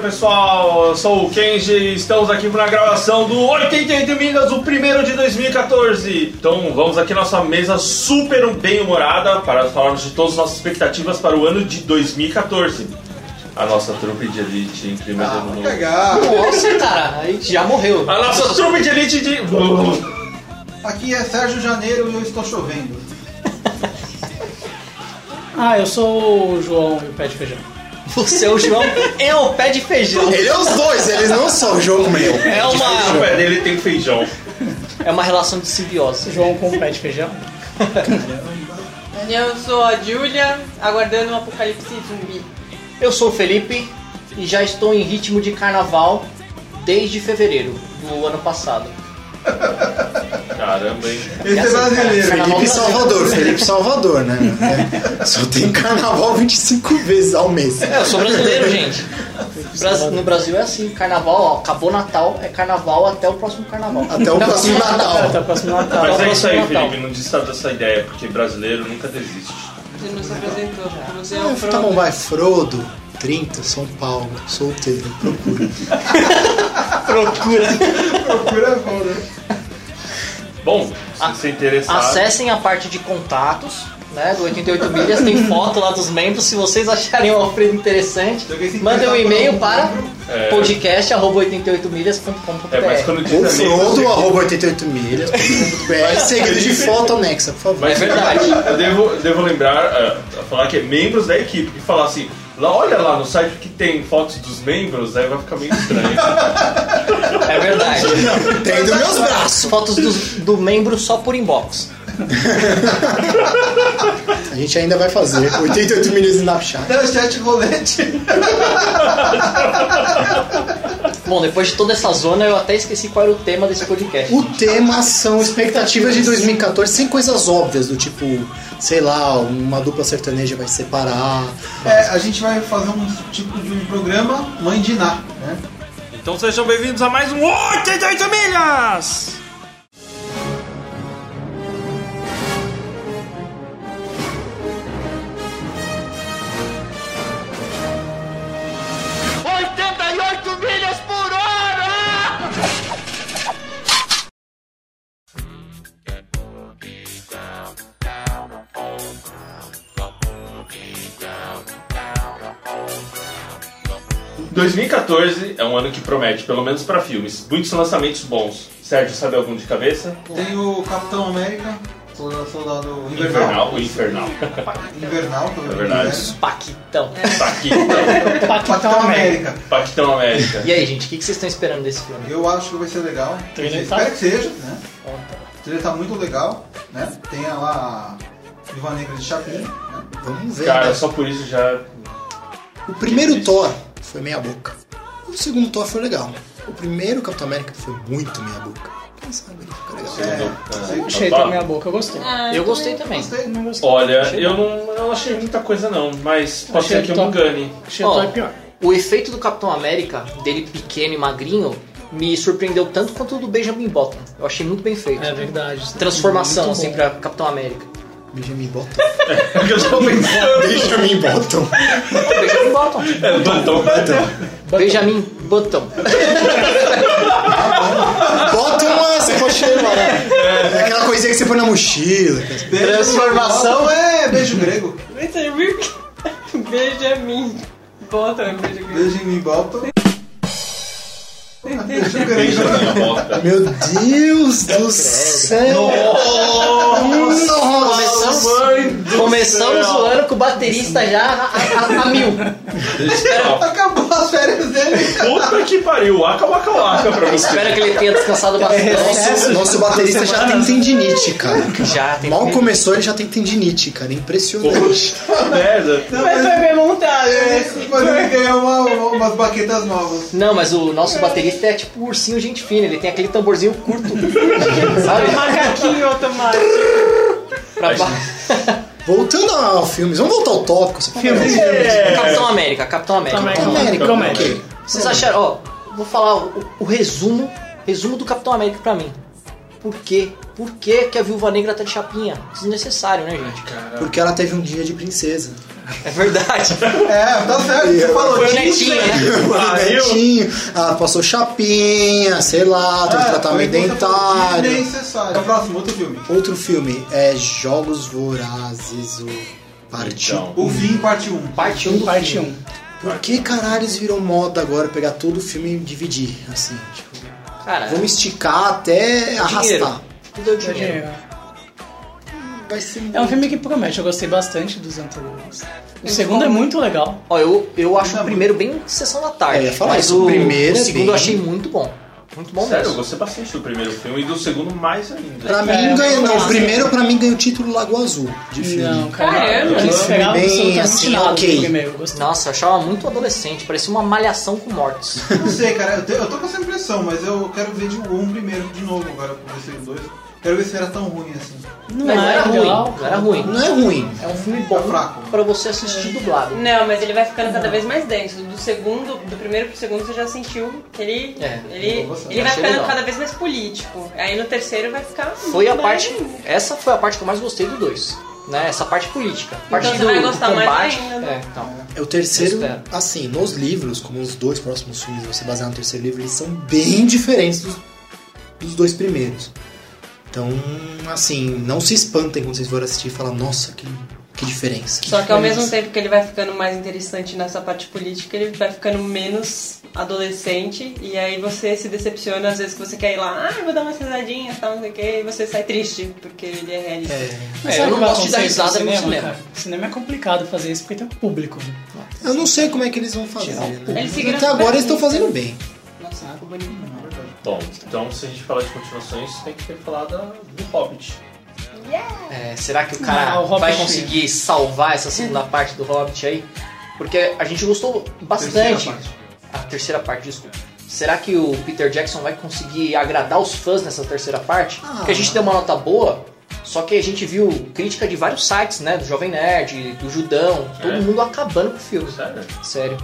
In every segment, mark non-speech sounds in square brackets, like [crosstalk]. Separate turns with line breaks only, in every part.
pessoal, eu sou o Kenji estamos aqui na gravação do 88 Minas, o primeiro de 2014. Então vamos aqui nossa mesa super bem-humorada para falarmos de todas as nossas expectativas para o ano de 2014. A nossa trupe de elite em primeiro
Ah, vai
lugar.
cagar.
Nossa, cara, a gente já morreu.
A nossa trupe de elite [laughs] de.
Aqui é Sérgio Janeiro e eu estou chovendo.
Ah, eu sou o João e o pé de feijão.
Você é o João, é o pé de feijão.
Ele é os dois, eles não são o jogo meu.
É
O
uma,
pé dele tem feijão.
é uma relação de simbiose.
João com o pé de feijão.
Eu sou a Júlia, aguardando um apocalipse zumbi.
Eu sou o Felipe e já estou em ritmo de carnaval desde fevereiro do ano passado.
Caramba, hein?
Esse é
Essa-
[laughs] brasileiro.
Carnaval
Felipe
Brasil.
Salvador, Felipe Salvador, né? É. Só tem carnaval 25 vezes ao mês.
É, eu sou [laughs] brasileiro, gente. Bras- No Brasil é assim, carnaval, ó, acabou Natal, é carnaval até o próximo carnaval.
Até o próximo Natal.
Até o próximo Natal.
Mas é isso aí,
Natal.
Felipe, não desista dessa ideia, porque brasileiro nunca desiste.
Você não se apresentou, você é um
Ah, Tá
Frodo.
bom, vai. Frodo, 30, São Paulo, solteiro.
Procura.
Procura é bom, né?
Bom, se você é interessar.
Acessem a parte de contatos, né, do 88 milhas, tem foto lá dos membros, se vocês acharem o Alfredo interessante,
Se alguém se
mandem um
interessar por
e-mail
algum
para
É. É, mas
podcast.88milhas.com.br
quando diz
Ou
amigo,
Frodo,
você-
arroba 88 milhas. ponto BR, É, Segredo de foto anexa, por favor.
Mas é verdade, eu devo, devo lembrar, eh, falar que é membros da equipe, e falar assim, lá, olha lá no site que tem fotos dos membros, aí vai ficar meio estranho.
É verdade.
Tem dos meus braços.
Fotos dos- do, membro só por inbox.
A gente ainda vai fazer 88 milhas na chat.
Chat rolete.
Bom, depois de toda essa zona, eu até esqueci qual era o tema desse podcast.
O tema são expectativas de 2014 sem coisas óbvias, do tipo, sei lá, uma dupla sertaneja vai se separar.
É, a gente vai fazer um tipo de um programa Mãe de Ná, né?
[laughs] então sejam bem-vindos a mais um 88 Milhas! Em 2014 é um ano que promete, pelo menos pra filmes, muitos lançamentos bons. Sérgio, sabe algum de cabeça?
Tem o Capitão América, soldado, soldado
Infernal,
invernal.
o Infernal. [laughs]
Invernal, pelo né?
É verdade.
Paquitão.
Paquitão,
Capitão América.
Paquitão América.
E aí, gente, o que que vocês estão esperando desse filme?
Eu acho que vai ser legal.
Trailer
Espero
tá-
que seja, né? O trailer tá muito legal, né? Tem a lá a Viva Negra de Chapim, né?
Vamos ver.
Cara,
né?
só por isso já.
O primeiro Thor foi meia boca. O segundo Thor foi legal. O primeiro Capitão América foi muito meia boca. Quem sabe ele fica legal.
É.
Eu não
Tá.
achei da minha boca, eu gostei.
Ah,
Eu gostei também.
Gostei.
Não gostei.
Tá. Olha,
Achei-
eu não, eu não achei muita coisa não, mas pode
Achei
ser que eu me
top.
engane.
Achei
Ó,
até pior.
O efeito do Capitão América, dele pequeno e magrinho, me surpreendeu tanto quanto o do Benjamin Button. Eu achei muito bem feito.
É verdade.
Transformação,
Muito bom.
assim, pra Capitão América.
Benjamin Button.
Eu tô pensando.
[laughs] Benjamin Button.
Benjamin Button.
É, Button.
Benjamin Button.
Button é essa cocheira, né? É aquela coisinha que você põe na mochila. que-
Beijo
Transformação.
no- é beijo grego.
Você viu [laughs] que... Benjamin. Bota um beijo grego.
Beijo em mim, Balto. Beijo grego.
Beijo na minha boca.
Meu Deus do céu.
Começamos, começamos o ano com o baterista já a, a- a- a mil.
Espera.
Acabou as férias dele.
Puta que pariu, waka waka waka pra você.
Espero que ele tenha descansado bastante.
Nossa, nosso baterista já tem tendinite, cara.
Já tem
Mal começou, ele [laughs] já tem tendinite, cara. Impressionante.
Merda.
Mas foi
É.
perguntado, né?
Mas ele ganhou uma, umas baquetas novas.
Não, mas o nosso baterista é tipo um ursinho gente fina, ele tem aquele tamborzinho curto, sabe?
Macaquinho automático.
Pra ba...
Voltando ao filmes, vamos voltar ao tópico. Você filme.
Capitão América, Capitão América.
América.
América,
Capitão
ok.
Vocês acharam, ó, vou falar o, o resumo, resumo do Capitão América pra mim. Por quê? Por que que a Viúva Negra tá de chapinha? Desnecessário, né, gente?
Porque ela teve um dia de princesa.
É verdade.
É, tá certo, você falou
Foi o
disso,
netinho,
né?
né?
Pariu.
Netinho, ah, passou chapinha, sei lá, teve
É,
tratamento
foi enquanto eu
dentário.
falei, Desnecessário. É o próximo, outro filme.
Outro filme é Jogos Vorazes, o parte
Então.
O Fim, parte 1.
Parte 1 do
Um, Parte
filme.
1.
Por que caralhos virou moda agora pegar todo o filme e dividir? Assim, tipo,
Cara,
vamos esticar até arrastar.
tudo é dinheiro.
É
Vai ser
um
muito-
filme que promete, eu gostei bastante dos anteriores. O segundo é muito legal.
Ó, eu, eu acho o primeiro bem sessão da tarde.
É, eu ia falar
mas
isso, o
o,
primeiro
o
é
segundo
bem-
eu achei muito bom. Muito bom
Sério, eu
mesmo.
gostei bastante do primeiro filme e do segundo mais ainda.
Pra mim
É,
ganha,
eu
não. O
gosto.
primeiro pra mim ganha o título Lago Azul de filme.
Não, cara.
Ah, é,
Caramba.
eu não esperava
Bem
absolutamente
assim,
nada
ok.
do primeiro. eu Gostei.
Nossa, eu achava muito adolescente, parecia uma malhação com mortos.
Não sei, cara, eu, te- eu tô com essa impressão, mas eu quero ver de um primeiro, de novo, agora com você e o dois. Quero ver se era tão ruim assim.
Não, é
Mas não era ruim,
legal,
não
cara.
era ruim.
Não é ruim.
É um filme bom
fraco.
pra você assistir dublado.
[laughs] Não, mas ele vai ficando cada vez mais denso. Do segundo, do primeiro pro segundo você já sentiu que ele,
É,
ele,
eu
ele vai
achei
ficando
legal.
cada vez mais político. Aí no terceiro vai ficar.
Foi a
mais
parte.
ainda.
Essa foi a parte que eu mais gostei do dois. Né? Essa parte política. A parte
Então você
do,
vai
do
gostar mais
combate.
ainda,
é,
né?
então.
É o terceiro,
Eu espero.
assim, nos livros, como os dois próximos filmes vão se basear no terceiro livro, eles são bem diferentes dos, dos dois primeiros. Então, assim, não se espantem quando vocês forem assistir e falar, nossa, que, que diferença. que
Só que ao
diferença."
mesmo tempo que ele vai ficando mais interessante nessa parte política, ele vai ficando menos adolescente. E aí você se decepciona, às vezes que você quer ir lá, ah, eu vou dar umas risadinhas, tal, não sei o que, e você sai triste, porque ele é realista.
É,
Mas eu não gosto de dar risada no cinema.
cara. Cinema é complicado fazer isso porque tem um público. né?
eu não sei como é que eles vão fazer. né?
Eles
Mas
seguiram
Até
super
agora eles
bem.
estão fazendo bem.
Nossa, ficou bonito.
Bom, então se a gente falar de continuações, tem que ter falado do Hobbit.
É, será que o cara
Não, o Hobbit
vai conseguir salvar essa segunda parte do Hobbit aí? Porque a gente gostou bastante.
Terceira parte.
a terceira parte, desculpa. Será que o Peter Jackson vai conseguir agradar os fãs nessa terceira parte?
Ah.
Porque a gente deu uma nota boa, só que a gente viu crítica de vários sites, né? Do Jovem Nerd, do Judão, todo
É.
mundo acabando com o filme.
Sério?
Sério.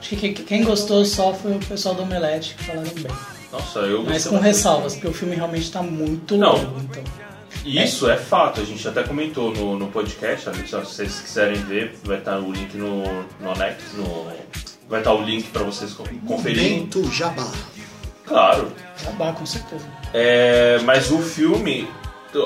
Acho que que- quem gostou só foi o pessoal do Omelete que falaram bem.
Nossa, eu gostei
Mas
é
com
bastante.
ressalvas, porque o filme realmente tá muito
Não.
longo, então.
E Isso é fato, a gente até comentou no, no podcast, ali, se vocês quiserem ver, vai estar o link no, no Anex, no, vai estar o link para vocês co- conferirem.
Bento Jabá.
Claro.
Acabar, Tá com certeza.
É, mas o filme,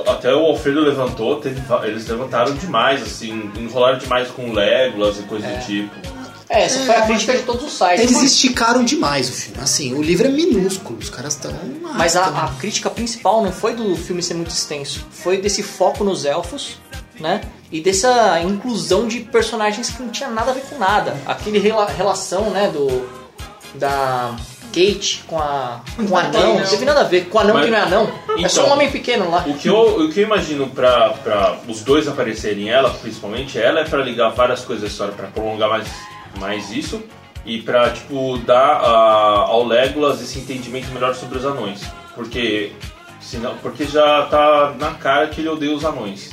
até o Alfredo levantou, teve va- eles levantaram demais, assim, enrolaram demais com Legolas e coisa do tipo.
É, essa foi a crítica de todos os sites.
Eles
Mas-
esticaram demais o filme. Assim, o livro é minúsculo, os caras né? estão.
Mas
Ah,
a,
então.
a crítica principal não foi do filme ser muito extenso, foi desse foco nos elfos, né? E dessa inclusão de personagens que não tinha nada a ver com nada. Aquele rela- relação, né, do da Kate com a com o anão, não teve nada a ver com o anão
Mas-
que não é anão. é só
Então.
um homem pequeno lá.
O que eu, o que eu imagino pra, pra os dois aparecerem, ela principalmente, ela é pra ligar várias coisas da história, pra prolongar mais, mais isso e pra, tipo, dar a- ao Legolas esse entendimento melhor sobre os anões. Porque, senão, porque já tá na cara que ele odeia os anões.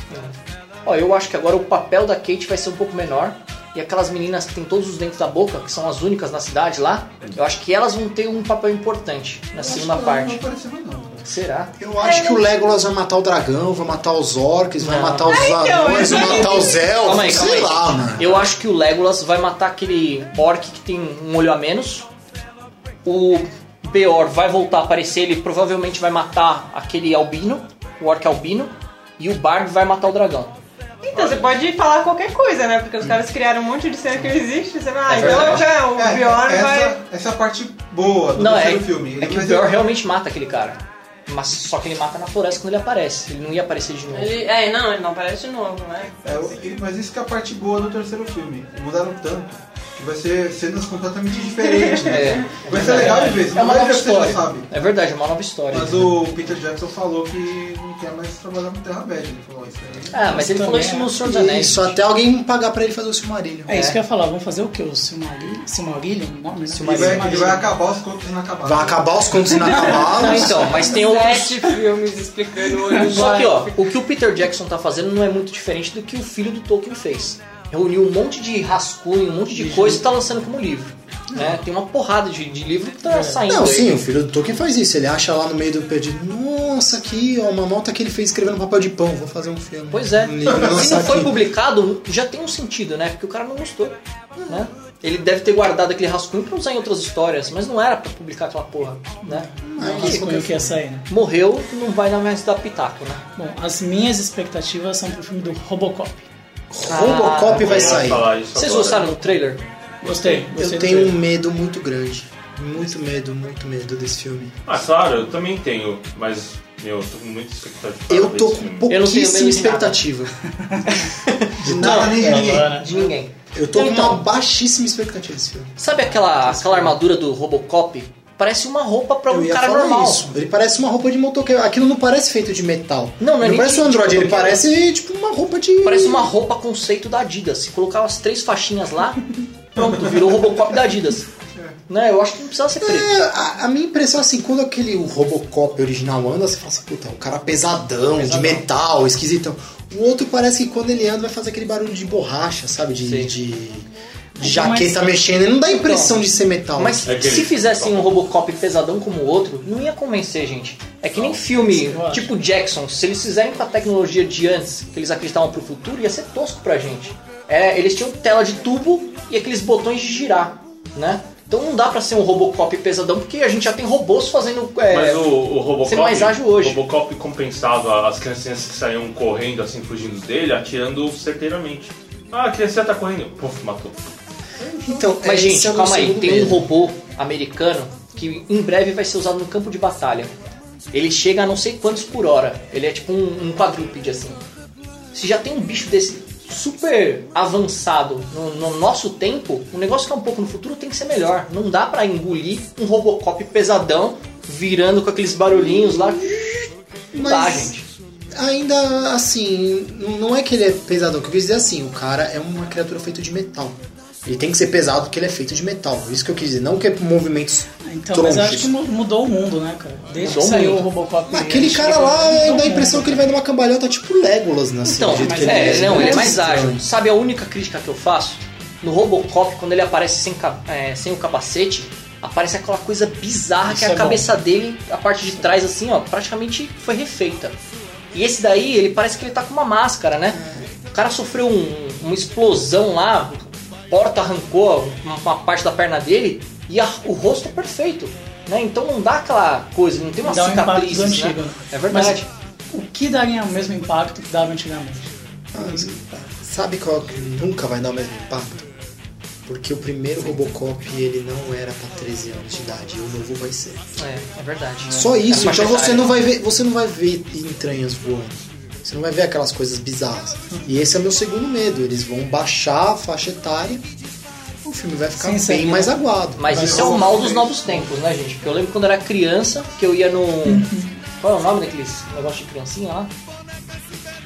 Ó, eu acho que agora o papel da Kate vai ser um pouco menor. E aquelas meninas que têm todos os dentes da boca, que são as únicas na cidade lá, eu acho que elas vão ter um papel importante na segunda
Não
parte.
apareceu mais não. cara.
Será?
Eu acho que o Legolas vai matar o dragão, vai matar os orcs, vai
É. Não. Ah, então,
matar os anões, vai matar os elfos,
Calma aí, calma
sei
aí.
lá, mano.
Eu acho que o Legolas vai matar aquele orc que tem um olho a menos. O Beor vai voltar a aparecer, ele provavelmente vai matar aquele albino, o orc albino. E o Bard vai matar o dragão.
Então, você pode falar qualquer coisa, né? Porque os caras criaram um monte de cena que não existe. Você vai, ah,
É
então
verdade.
já, o
É,
Bjorn
essa,
vai.
essa é a parte boa do
não, é,
terceiro filme. Ele
é que
vai
o
ser-
Beor realmente mata aquele cara. Mas só que ele mata na floresta quando ele aparece. Ele não ia aparecer de novo.
Ele, é, não, ele não aparece de novo, né?
É, o- mas isso que é a parte boa do terceiro filme. Mudaram tanto que vai ser cenas completamente diferentes. né?
É,
Vai ser legal de ver,
É
senão
uma
vai
nova
ver você já
história.
sabe.
É verdade, é uma nova história.
Mas o Peter Jackson falou que não quer mais trabalhar com Terra Média. Ele falou isso aí.
Ah, mas ele falou
Também
isso
é.
no Senhor dos Anéis.
Isso, até alguém pagar pra ele fazer o Silmarillion.
É,
É.
isso que eu ia falar, vamos fazer o quê? O Silmarillion? Silmarillion? O nome, né?
Ele
Silmarillion.
vai, ele vai acabar os contos inacabados.
É. Vai acabar os contos
[laughs] Não,
inacabados.
então, mas tem outros
Sete filmes explicando o olho
Só que, ó,
mágico.
o que o Peter Jackson tá fazendo não é muito diferente do que o filho do Tolkien fez. Reuniu um monte de rascunho, um monte de coisa e tá lançando como livro. né? Tem uma porrada de, de livro que tá saindo.
Não,
aí.
sim, o filho do Tolkien faz isso. Ele acha lá no meio do perdido, nossa, aqui, ó, uma nota que ele fez escrevendo papel de pão, vou fazer um filme.
Pois é.
Um livro,
Se não
lançar
foi
aqui.
publicado, já tem um sentido, né? Porque o cara não gostou, né? Ele deve ter guardado aquele rascunho pra usar em outras histórias, mas não era pra publicar aquela porra, né?
Não,
Que-
mas
é
como que ia sair, né?
morreu, não vai dar mais dar pitaco, né?
Bom, as minhas expectativas são pro filme do Robocop.
Ah,
Robocop vai
Eu ia
sair.
falar isso
Vocês
agora.
gostaram do trailer?
Gostei, gostei
Eu
do
tenho um
trailer.
medo muito grande. Muito medo, muito medo desse filme.
Ah, claro, eu também tenho, mas meu, eu tô com muita expectativa.
Eu tô
desse
com
filme.
Eu não tenho medo de
pouquíssima
nada.
expectativa.
De nada nem
Agora,
ninguém.
né?
De ninguém.
Eu tô com
Então.
uma baixíssima expectativa desse filme.
Sabe aquela, aquela armadura do Robocop? Parece uma roupa pra
Eu
um
ia
cara
falar
normal.
isso. Ele parece uma roupa de motoqueiro. Aquilo não parece feito de metal.
Não, não é nem
parece
de-
um Android.
de
Ele
motoqueiro.
parece tipo uma roupa de.
Parece uma roupa conceito da Adidas. Se colocar as três faixinhas lá, pronto, virou Robocop da
[laughs]
Adidas. Né? Eu acho que não precisava ser preto.
É, a, a minha impressão assim, quando aquele Robocop original anda, você fala assim, puta, é um cara pesadão, de metal, esquisitão. O outro parece que quando ele anda vai fazer aquele barulho de borracha, sabe? De,
Sim. Então.
de, de jaqueta mexendo. Ele não dá a impressão de ser metal.
Mas
É que
se
ele-
fizessem um Robocop pesadão como o outro, não ia convencer, gente. É que nem filme
eu acho.
tipo Jackson. Se eles fizerem com a tecnologia de antes, que eles acreditavam pro futuro, ia ser tosco pra gente. É, eles tinham tela de tubo e aqueles botões de girar, né? Então não dá pra ser um Robocop pesadão, porque a gente já tem robôs fazendo... é,
Mas o, o Robocop.
ser mais ágil hoje.
O Robocop compensava as criancinhas que saíam correndo, assim, fugindo dele, atirando certeiramente. Ah, a criancinha tá correndo. Puf, matou.
então,
Mas,
é,
gente,
esse é o
calma
meu
aí.
segundo
Tem um
medo.
robô americano que em breve vai ser usado no campo de batalha. Ele chega a não sei quantos por hora. Ele é tipo um, um quadrúpede, assim. Se já tem um bicho desse super avançado no, no nosso tempo, o negócio que é um pouco no futuro tem que ser melhor. Não dá pra engolir um Robocop pesadão virando com aqueles barulhinhos lá. Não dá,
Mas-
Tá, gente.
Ainda assim, n- não é que ele é pesadão. O que eu quis dizer é assim, o cara é uma criatura feita de metal. Ele tem que ser pesado porque ele é feito de metal. Isso que eu quis dizer. Não que é movimentos
Então,
tronchos.
mas eu acho que mu- mudou o mundo, né, cara? Desde
Mudou
que saiu
muito.
o Robocop.
Mas Aquele
acho
cara
que
lá
mudou
dá a
o
impressão
mundo.
que ele vai numa cambalhota tipo Legolas, né? assim,
Então,
do jeito
mas
que ele
é, não, ele é mais
Estranho.
ágil. Sabe a única crítica que eu faço? No Robocop, quando ele aparece sem, ca- é, sem o capacete, aparece aquela coisa bizarra que
Isso
a
é bom.
cabeça dele, a parte de trás, assim, ó, praticamente foi refeita. E esse daí, ele parece que ele tá com uma máscara, né? O cara sofreu um- uma explosão lá, a porta arrancou uma, uma parte da perna dele e a- o rosto é perfeito. Né? Então não dá aquela coisa, não tem uma
Dá um
cicatriz.
impacto
né?
antigo, né?
É verdade.
O que daria o mesmo impacto que dava antigamente?
Ah, mas Sabe qual que nunca vai dar o mesmo impacto? Porque o primeiro Robocop, ele não era pra 13 anos de idade. E o novo vai ser.
É, é verdade.
Só
É
isso,
uma
então
verdade.
você não vai ver, você não vai ver entranhas voando. Você não vai ver aquelas coisas bizarras. E esse é o meu segundo medo. Eles vão baixar a faixa etária, o filme vai ficar
Sim,
bem
sim.
mais aguado.
Mas
Vai
isso é
ficar
o
uma
mal
coisa-
dos novos tempos, né, gente? Porque eu lembro quando eu era criança, que eu ia no.
[laughs]
Qual é o nome daqueles negócio de criancinha lá?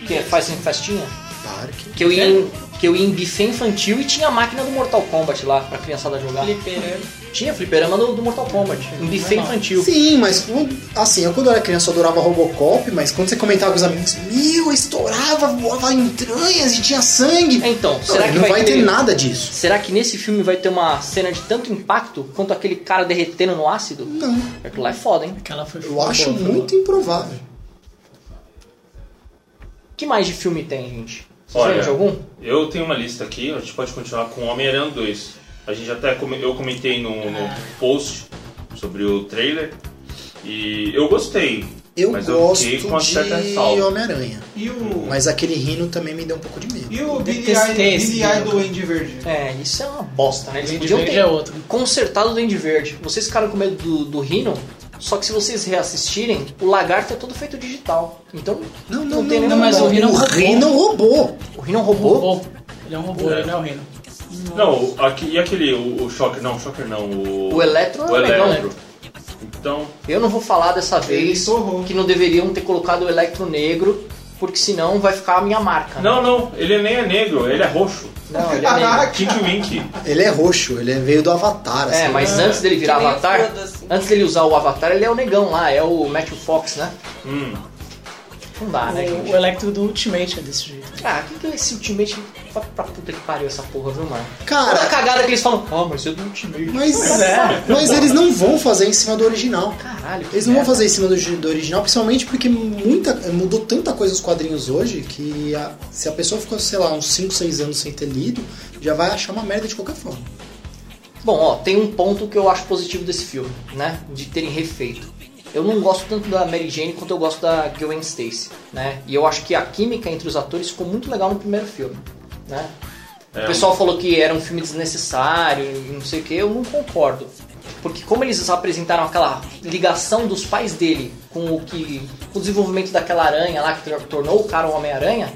Que é faz em festinha?
Parque.
Que eu ia em, que eu ia em buffet infantil e tinha a máquina do Mortal Kombat lá pra criançada jogar.
Fliperama.
Tinha fliperama do, do Mortal Kombat. Em buffet infantil.
Sim, mas quando- assim, eu quando eu era criança eu adorava Robocop, mas quando você comentava com os amigos, meu, estourava, voava entranhas e tinha sangue.
É, Então,
Não,
será que
não
vai, ter.
nada disso.
Será que nesse filme vai ter uma cena de tanto impacto quanto aquele cara derretendo no ácido?
Não,
Aquilo lá é foda, hein?
Aquela foi
eu
foi
Tá
acho
boa, foi
muito improvável.
que mais de filme tem, gente? Vocês
Olha,
lembram de algum?
Eu tenho uma lista aqui, a gente pode continuar com Homem-Aranha 2. A gente até come- eu comentei no, no post sobre o trailer e eu gostei.
Eu
mas
gosto
eu fiquei com uma certa
de
ressalva.
Homem-Aranha.
E o.
Mas aquele rino também me deu um pouco de medo.
E o Billy
Detestei
Eye-
esse
Billy Eye
jogo.
do Andy Verde.
É, isso é uma bosta, né? Eles
Duende
podiam
Verde
ter
é outro.
consertado o Duende Verde. Vocês ficaram com medo do, do Rhino, só que se vocês reassistirem, o lagarto é todo feito digital. Então,
Não, não,
tem
não,
nenhum
não,
mas
não.
o
um
Rhino
o
roubou.
Rhino roubou.
O Rhino
um
roubou?
robô. Ele é um robô, ele não é o Rino.
Não, o- aqui, e aquele, o, o Shocker, não, o Shocker não, o...
O Electro é
o
legal,
Electro. Então,
Eu não vou falar dessa vez
torrou.
que não deveriam ter colocado o Electro Negro, porque senão vai ficar a minha marca. né?
não, não, ele nem é negro, ele é roxo.
Não, ele
[laughs]
é
Ah,
negro.
Kid Wink.
Ele é roxo, ele é- veio do Avatar.
É,
assim.
mas antes dele virar
Que nem
Avatar,
foda-se.
antes dele usar o Avatar, ele é o negão lá, é o Matthew Fox, né?
Hum.
Não dá, né,
O,
gente?
o Electro do Ultimate é desse jeito.
Ah, que que é esse Ultimate pra, pra puta que pariu essa porra, viu, mano? Toda
Cara,
cagada que eles falam, ah, mas é do Ultimate.
mas,
é.
mas eles não vão fazer em cima do original.
Caralho, que
Eles não vão
merda.
fazer em cima do, do original, principalmente porque muita, mudou tanta coisa nos quadrinhos hoje que a- se a pessoa ficou, sei lá, uns 5, 6 anos sem ter lido, já vai achar uma merda de qualquer forma.
Bom, ó, tem um ponto que eu acho positivo desse filme, né? De terem refeito. Eu não gosto tanto da Mary Jane quanto eu gosto da Gwen Stacy, né? E eu acho que a química entre os atores ficou muito legal no primeiro filme, né?
É.
O pessoal falou que era um filme desnecessário e não sei o que, eu não concordo. Porque como eles apresentaram aquela ligação dos pais dele com o que. com o desenvolvimento daquela aranha lá que tor- tornou o cara o Homem-Aranha,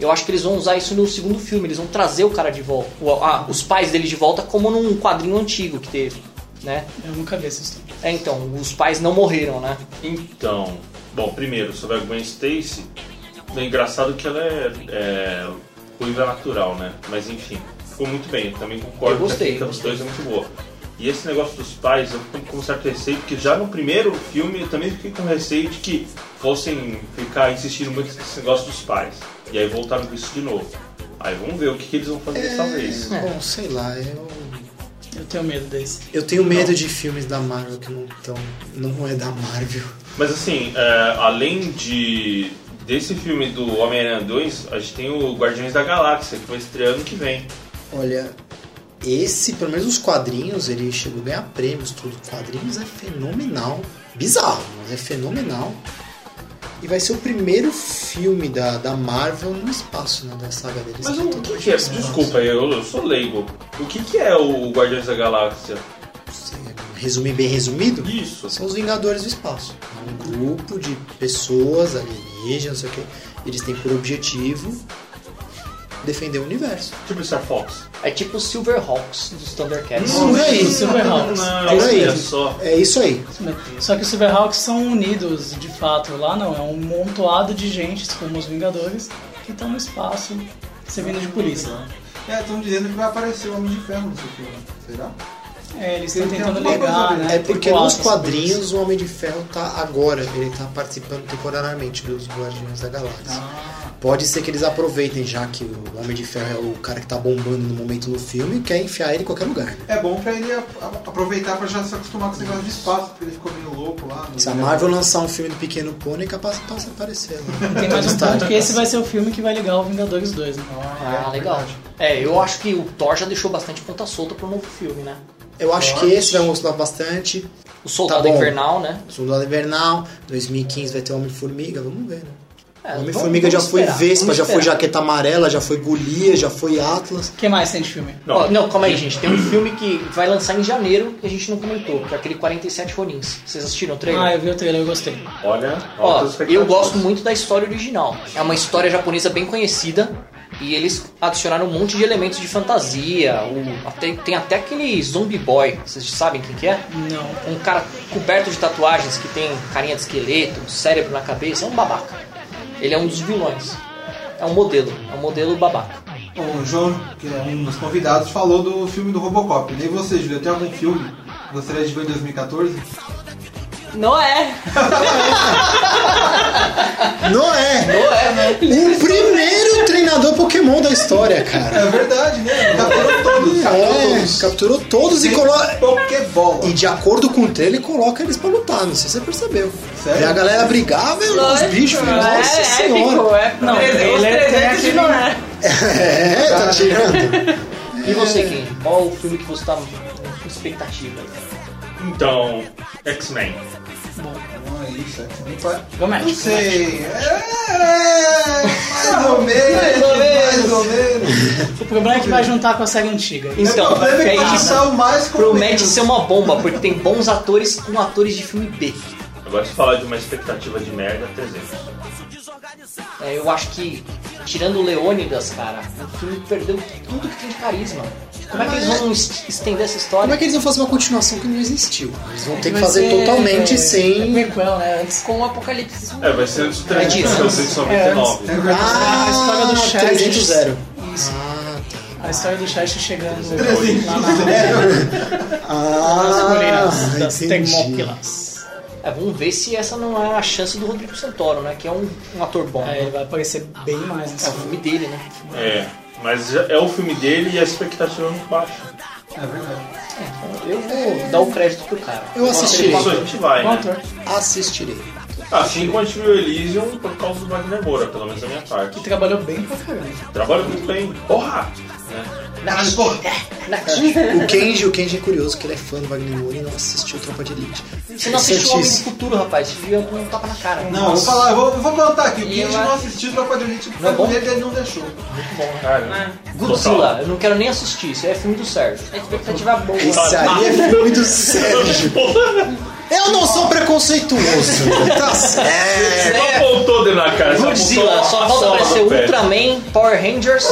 eu acho que eles vão usar isso no segundo filme, eles vão trazer o cara de volta. o- ah, os pais dele de volta como num quadrinho antigo que teve, né?
Eu nunca vi essa história.
É, então, os pais não morreram, né?
Então, bom, primeiro, sobre a Gwen Stacy, é engraçado que ela é, é ruiva natural, né? Mas enfim, ficou muito bem, eu também concordo
Eu gostei,
que a química dos
gostei.
dois é muito boa. E esse negócio dos pais, eu fico com um certo receio, porque já no primeiro filme eu também fiquei com receio de que fossem ficar insistindo muito nesse negócio dos pais. E aí voltaram com isso de novo. Aí vamos ver o que, que eles vão fazer dessa vez.
É.
Bom, sei lá, eu.
Eu tenho medo desse.
Eu tenho medo de filmes da Marvel que não tão, não é da Marvel.
Mas assim, é, além de desse filme do Homem-Aranha 2, a gente tem o Guardiões da Galáxia, que vai estrear ano que vem.
Olha, esse, pelo menos os quadrinhos, ele chegou a ganhar prêmios, tudo. Quadrinhos é fenomenal. Bizarro, mas é fenomenal. E vai ser o primeiro filme da, da Marvel no espaço, né? Da saga deles.
Mas o, o que,
Totalmente
que é?
no
Desculpa, eu, eu sou leigo. O que, que é o Guardiões da Galáxia?
espaço. Resumir bem resumido?
Isso.
São os Vingadores do Espaço. É um grupo de pessoas alienígenas, não sei o quê. Eles têm por objetivo defender o universo.
Tipo Star Fox.
É tipo o Silverhawks dos Thundercats.
Hum.
Não, é isso.
Silverhawks.
Não,
É isso aí.
olha só.
É isso aí.
Só que os Silverhawks são unidos, de fato. Lá não, é um montoado de gente, como os Vingadores, que estão no espaço servindo de polícia.
É, estão dizendo que vai aparecer o Homem de Ferro nesse filme. Será?
É, eles estão
Tem
tentando
alguma coisa
ligar,
ali.
né?
É porque
Tem boatos
nos
sobre isso.
quadrinhos o Homem de Ferro tá agora, ele tá participando temporariamente dos Guardiões da Galáxia.
Ah.
Pode ser que eles aproveitem, já que o Homem de Ferro é o cara que tá bombando no momento no filme, quer enfiar ele em qualquer lugar.
Uhum.
né?
É bom pra ele a- a- aproveitar pra já se acostumar com esse negócio de espaço, porque ele ficou meio louco lá. né? No
é
Se a Marvel lançar um filme do Pequeno Pônei, capaz de se aparecer.
[laughs]
Né?
Tem mais um
Está-
ponto que esse vai ser o filme que vai ligar o Vingadores 2, né?
Ah, legal. É, eu acho que o Thor já deixou bastante ponta solta pro novo filme, né?
Eu acho que esse vai mostrar bastante.
O Soldado
Tá bom.
Invernal, né?
Soldado Invernal, 2015 vai ter Homem-Formiga, vamos ver, né?
É, vamos-
Homem-Formiga já
vamos
foi
esperar,
Vespa,
vamos
já foi
esperar.
Jaqueta Amarela, já foi Golia, já foi Atlas.
O que mais tem de filme?
Não.
Ó, não, calma aí, gente. Tem um filme que vai lançar em janeiro que a gente não comentou, que é aquele 47 Ronins. Vocês assistiram o trailer?
Ah, eu vi o trailer, eu gostei.
Olha,
Ó,
altas
eu
expectativas.
gosto muito da história original. É uma história japonesa bem conhecida e eles adicionaram um monte de elementos de fantasia. O- até- tem até aquele zombie boy, vocês sabem quem que é?
Não.
Um cara coberto de tatuagens que tem carinha de esqueleto, um cérebro na cabeça, é um babaca. Ele é um dos vilões. É um modelo, é um modelo babaca.
O João, que é um dos convidados, falou do filme do Robocop. Nem você, Júlio, tem algum filme que gostaria de ver em 2014?
Noé!
Noé!
né?
O primeiro treinador Pokémon da história, cara.
É verdade, né? Capturou todos. Capturou
É,
todos.
capturou todos e coloca.
Pokébola.
E de acordo com o trailer, coloca eles pra lutar, não sei se você percebeu.
Sério?
E a galera brigava, e os bichos,
é,
nossa senhora.
é épico.
Não,
Os
ele é- tem
300 de
aquele-
Noé.
É, tá tirando.
E você, Ken? Qual o filme que você tá com expectativa?
Então, X-Men.
Não é isso, é que nem pa- Não
Promete.
sei. É, mais ou menos. Mais ou menos.
O problema é que vai juntar com a série antiga.
o
Então,
problema é
é
que
isso.
passar o mais com
Promete
menos.
ser uma bomba, porque tem bons atores com atores de filme B.
Agora se falar de uma expectativa de merda, 300.
É, eu acho que, tirando o Leônidas, cara, o filme perdeu tudo que tem de carisma. Como é que eles vão es- estender essa história?
Como é que eles vão fazer uma continuação que não existiu? Eles vão ter que
Vai
fazer
ser-
totalmente
é,
sem.
É prequel, né? Antes-
Com o Apocalipse zumbi.
É, vai ser então, antes do
É
300,
disso.
É.
399.
Ah,
a história do Chad.
300 zero.
Isso.
Ah, tá.
A história do Chat chegando lá na-
Ah, [laughs]
nas colinas das
entendi.
Termópilas.
É, vamos ver se essa não é a chance do Rodrigo Santoro, né? Que é um, um ator bom.
É,
né?
ele vai aparecer bem mais nesse
É o
filme.
filme dele, né?
É, mas já- é o filme dele e a expectativa é muito baixa.
É verdade.
Eu vou dar o crédito pro cara.
Eu assisti.
Isso a gente vai,
Bom
né?
ator.
Assistirei.
Assim como a gente viu Elysium por causa do Wagner Moura, pelo menos da minha
Que
parte.
trabalhou bem pra caramba.
Trabalha muito bem. Porra!
Caralho, porra! O Kenji, o Kenji é curioso, que ele é fã do Wagner Moura e não assistiu Tropa de Elite.
Você não assistiu o Homem do
Certíssimo.
Futuro, rapaz. Você viu um tapa na cara.
Não, eu vou falar, eu vou, eu vou contar aqui. O
E
Kenji
eu
não
acho-
assistiu Tropa de Elite porque
Não é
a
bom?
mulher dele não deixou.
É.
Cara,
Godzilla,
Total.
eu não quero nem assistir. Isso é filme do Sérgio.
A expectativa boa.
Esse aí é filme do Sérgio. Eu não sou preconceituoso. Tá certo.
Só apontou dele na cara. só
Godzilla,
apontou
só
uma
falta
sola
aparecer
no pé.
Ultraman, Power Rangers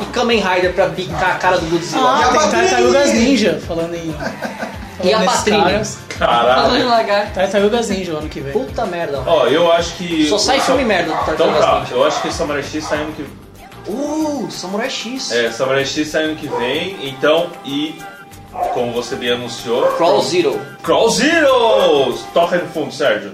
e Kamen Rider pra bicar a cara do Godzilla.
Ah,
a
tem
Patrícia?
Tartarugas Ninja, falando em...
E a
falando nesses
Patrícia?
caras.
Falando em
Caralho.
um [laughs] lagarto.
Tartarugas Ninja o ano que vem.
Puta merda.
Ó, eu acho que.
Só sai filme merda do
Então
Tartarugas
tá,
Ninja.
eu acho que Samurai X sai ano que
Uh, Samurai X.
É, Samurai X sai ano que vem, então, e. Como você bem anunciou.
Crawl Zero.
Crawl Zeros! Toca aí no fundo, Sérgio.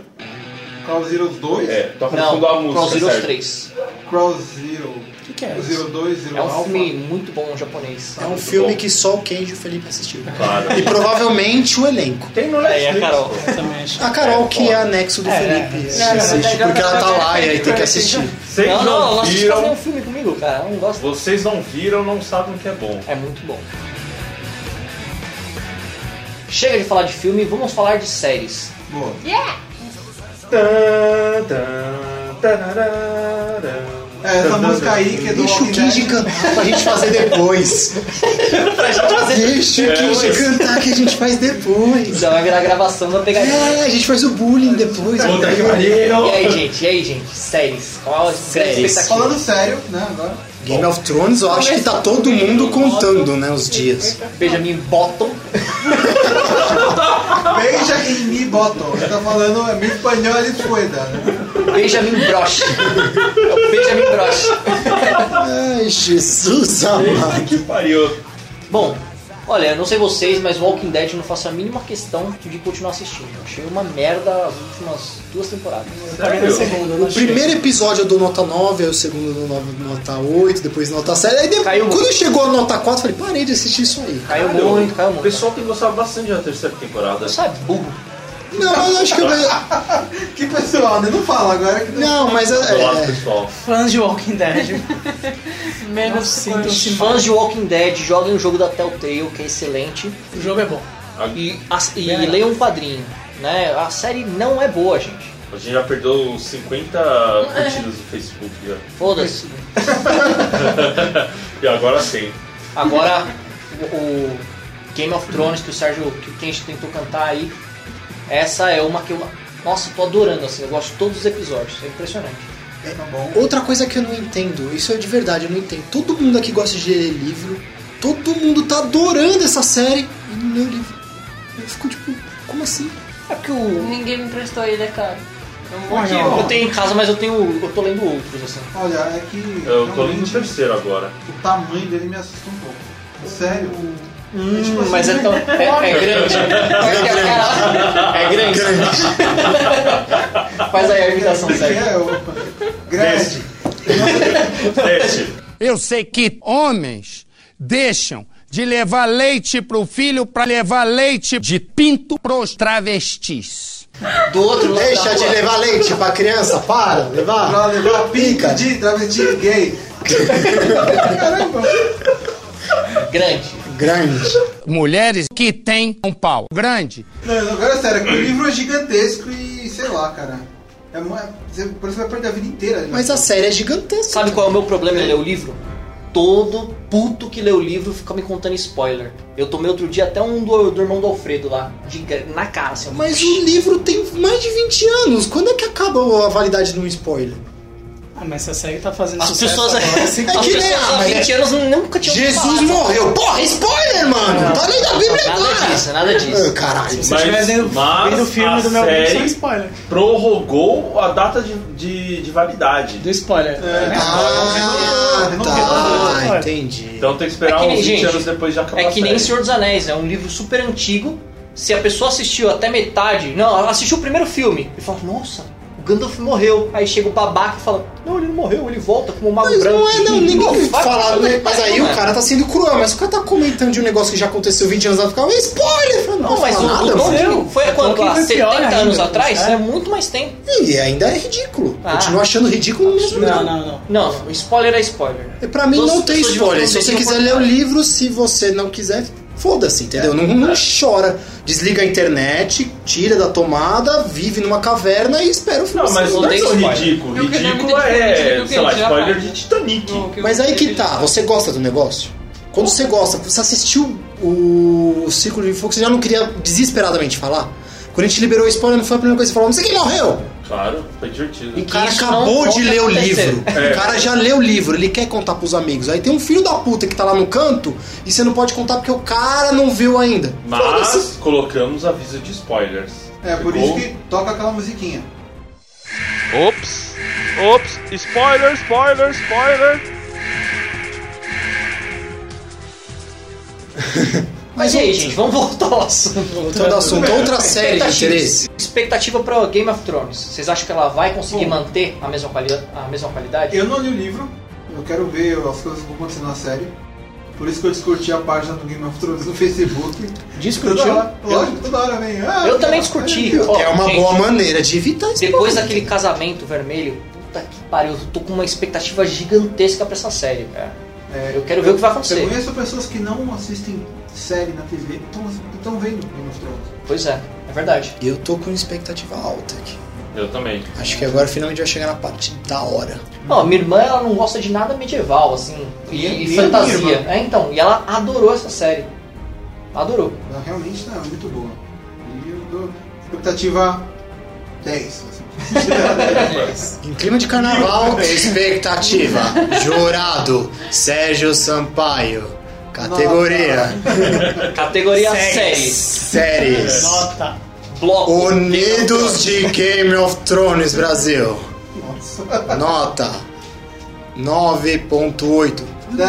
Crawl Zero 2,
É, toca no
Não,
fundo a música.
Crawl Zero
Sérgio.
3.
Crawl Zero.
O que, que é isso?
Zero 2, Zero
É um
Alpha.
filme muito bom japonês.
É um filme que só o Kenji e o Felipe assistiram.
Claro.
E provavelmente o elenco.
Tem no
É,
Netflix.
a Carol.
Exatamente.
[laughs] A Carol, que é anexo do
É,
Felipe,
Não, não,
assiste,
não,
porque ela tá
não,
lá e aí tem que
não,
assistir.
Vocês
Não,
não,
não, ela não assistiu
viram.
nenhum filme comigo, cara. Ela não gosta.
Vocês não viram, não sabem o que é bom.
É muito bom. Chega de falar de filme, vamos falar de séries.
Boa.
Tã, tã, tarará, tã,
É, essa
tã,
música
tã.
aí que é do
Deixa o
Walking
Kenji
Dead.
cantar pra gente fazer depois. Deixa o
É,
Kenji
mas-
cantar que a gente faz depois.
Então vai virar a gravação da pegadinha.
É, a gente faz o bullying depois.
Puta que
entendeu?
pariu.
[laughs] E aí, gente? E aí, gente? Séries. Qual a grande
Séries.
expectativa?
Falando sério, né, agora.
Game of Thrones, eu acho que tá todo mundo contando, né, os dias.
Benjamin Bottom.
Beija em mi bottom. Você tá falando é mi espanhol e pueda, né?
Benjamin Broche. É o Benjamin Broche.
Ai, Jesus amado.
Que pariu.
Bom, olha, eu não sei vocês, mas Walking Dead eu não faço a mínima questão de continuar assistindo. Eu achei uma merda as últimas duas temporadas.
Quarenta segundos, é eu não
O primeiro episódio eu dou nota 9, aí o segundo eu dou nova- nota 8, depois nota 7. Aí depois,
Caiu
quando chegou a nota 4, eu falei, parei de assistir isso aí.
Caiu
Caralho.
muito, caiu
O
muito.
pessoal tem gostado bastante da terceira temporada.
Sabe, burro.
Não, eu acho que eu...
Que pessoal, né? Não fala agora que
Não, mas... é-
Do lado do
é,
pessoal.
Fãs de Walking Dead. Menos
Os
sinto
fãs de Walking Dead joguem o jogo da Telltale, que é excelente,
O jogo é bom.
e, as- e
Bem legal.
leiam um quadrinho. Né? A série não é boa, gente.
A gente já perdeu 50 curtidas no Facebook já.
Foda-se.
E agora sim.
Agora, o, o Game of Thrones que o Sérgio, que o Kenji tentou cantar aí, essa é uma que eu, nossa, eu tô adorando, assim, eu gosto de todos os episódios, é impressionante.
tá bom.
Outra coisa que eu não entendo, isso é de verdade, eu não entendo. Todo mundo aqui gosta de ler livro, todo mundo tá adorando essa série e não lê o livro. Eu fico tipo, como assim?
É porque o,
Ninguém me emprestou ele, é claro. É um
Olha,
motivo.
eu tenho em casa, mas eu tenho, eu tô lendo outros, assim.
Olha, é que
Eu tô lendo o
realmente,
terceiro agora.
o tamanho dele me assusta um pouco. Sério?
Hum, mas é, tão, [laughs] é, é grande. É grande. Faz aí a imitação,
Que
Sérgio.
é o... Grande.
Teste.
Eu sei que homens deixam de levar leite pro filho para levar leite de pinto pros travestis.
Do outro lado da
Deixa de
rua.
levar leite pra criança, para, levar.
Pra levar pica de travesti gay. Caramba.
Grande.
Grande.
Mulheres que têm um pau grande.
Não, agora é sério, é que o livro é gigantesco e sei lá, cara. É, mó- você, por isso vai perder a vida inteira. né? ali.
Mas a série é gigantesca.
Sabe qual é o meu problema em ler o livro? Todo puto que lê o livro fica me contando spoiler. Eu tomei outro dia até um do, do irmão do Alfredo lá, de, na cara, assim.
Mas é o livro tem mais de 20 anos. Quando é que acaba a validade de um spoiler?
Ah, mas essa série tá fazendo
As
sucesso
pessoas,
agora.
Então, as
assim,
pessoas
que nem a-
há 20 anos nunca tinham ouvido
Jesus
falar.
morreu. Porra, spoiler, mano. tá lendo a Bíblia
Nada
agora.
disso, nada
Ah,
disso.
caralho.
Se eu estiver vendo,
mas
Tá vendo o filme
a
do meu amigo, isso é um
série-
spoiler.
Prorrogou a data de, de, de validade.
Do spoiler. né?
tá. Ah, tá. Entendi.
Então tem que esperar
É que nem-
uns 20
gente,
anos depois de acabar
É que
a
nem
série.
Senhor dos Anéis, é um livro super antigo se a pessoa assistiu até metade, não, ela assistiu o primeiro filme e fala, nossa, o Gandalf morreu. Aí chega o babaca e fala, não, ele não morreu, ele volta como um mago
Mas
branco.
não é, não,
Pô,
ninguém
vai-
fala, né? Mas aí
Não
o
é.
cara tá sendo cruel, mas o cara tá comentando de um negócio que já aconteceu 20 anos atrás, fica, "Mas spoiler! Eu falo, Não,
Não, mas o,
fala
o
nada, mano.
Tolkien foi
O
quando
Tolkien
lá,
foi pior
70 anos
ainda,
atrás,
é.
é muito mais tempo.
E ainda é ridículo.
Ah.
Continua achando ridículo mesmo.
Não, não, não.
Não, spoiler é spoiler.
E Pra mim
Nossa,
não tem
pessoa de
spoiler.
outra
Se você
não tem
quiser ler o
oportunidade.
livro, se você não quiser, foda-se, entendeu? Não, não chora. Desliga a internet, tira da tomada, vive numa caverna e espera o filme.
Não, mas
ser
não é
lançado.
isso
spoiler.
ridículo.
Eu queria
Ridículo
me defender
é,
do que
sei lá,
eu já
spoiler
faço.
de Titanic.
Mas aí que tá, você gosta do negócio? Quando você gosta, você assistiu o Círculo de Fogo, você já não queria desesperadamente falar? Quando a gente liberou o spoiler, não foi a primeira coisa que você falou, não sei quem morreu!
Claro, foi
E o
divertido.
cara
isso
acabou
não
de
pode
ler o
acontecer.
livro.
É.
O cara já leu o livro, ele quer contar pros amigos. Aí tem um filho da puta que tá lá no canto e você não pode contar porque o cara não viu ainda. Foda-se.
Mas colocamos aviso de spoilers.
É, por
Ficou?
isso que toca aquela musiquinha.
Ops, ops, spoiler, spoiler, spoiler.
Mas e aí, gente, vamos voltar ao assunto.
Todo Então assunto, outra série de
Expectativas.
interesse.
Expectativa para Game of Thrones. Vocês acham que ela vai conseguir
Bom.
manter a mesma, quali a mesma qualidade?
Eu não li o livro, eu quero ver as coisas que vão acontecer na série. Por isso que eu discuti a página do Game of Thrones no Facebook. Toda
Discutiu?
hora, lógico, toda hora vem. ah,
Eu também
ah,
discuti.
ah,
Ó,
É uma
gente,
boa maneira de evitar isso.
Depois daquele casamento vermelho, puta que pariu, eu tô com uma expectativa gigantesca pra essa série, cara.
é,
Eu quero ver o que vai
Eu
acontecer.
conheço pessoas que não assistem série na então, TV e estão vendo Game of Thrones.
Pois é, é verdade.
Eu tô com expectativa alta aqui.
Eu também.
Acho que agora finalmente vai chegar na parte da hora.
Ó, minha irmã ela não gosta de nada medieval, assim, e,
Nem-
e
nem minha
fantasia.
irmã.
É, então, e ela adorou essa série. Adorou.
Ela realmente tá muito boa. E eu dou expectativa 10.
[laughs]
assim.
Em clima
[laughs]
de carnaval, expectativa. Jurado, Sérgio Sampaio. Categoria.
Categoria série.
Séries.
Nota.
Bloco.
Unidos de Game of Thrones Brasil.
Nossa.
Nota 9.8.
10.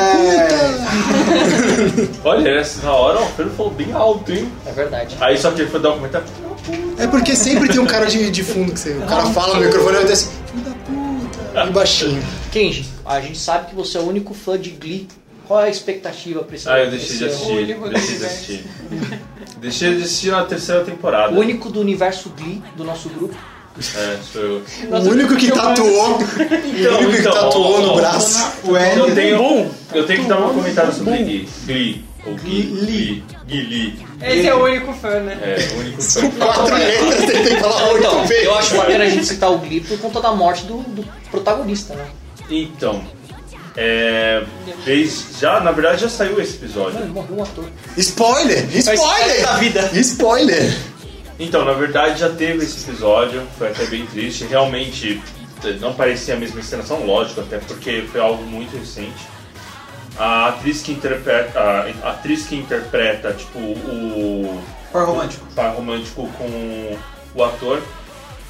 Olha, essa hora o Alfredo falou bem alto, hein?
É verdade.
Aí só que ele foi dar um comentário.
É porque sempre tem um cara de, de fundo que você, o cara fala no microfone e assim, filho da puta, e baixinho.
Kenji, a gente sabe que você é o único fã de Glee. Qual é a expectativa pra esse
Ah, eu deixei de
esse- é
assistir.
único do
Deixei de
universo.
assistir. Deixei de assistir na terceira temporada.
O único do universo Glee, do nosso grupo.
É, sou eu.
o único que
então,
tatuou, o único que
então,
tatuou
ó,
no
ó,
braço.
O
Eu
L.
tenho, eu tenho que dar um comentário sobre Glee. Glee. Ou Glee. Glee. Glee.
Esse é o único fã, né?
É, o único fã.
São quatro letras, tentei falar
Então,
oito vezes.
eu acho maneiro a gente citar o Glee por conta da morte do, do protagonista, né?
Então, é. desde- já, na verdade, já saiu esse episódio.
Ele morreu um ator.
Spoiler!
é
Spoiler!
da vida.
Spoiler!
Então, na verdade, já teve esse episódio, foi até bem triste. Realmente eh, não parecia a mesma encenação, lógico, até porque foi algo muito recente. A atriz que interpreta, a atriz que interpreta tipo, o
Par romântico.
par romântico com o ator,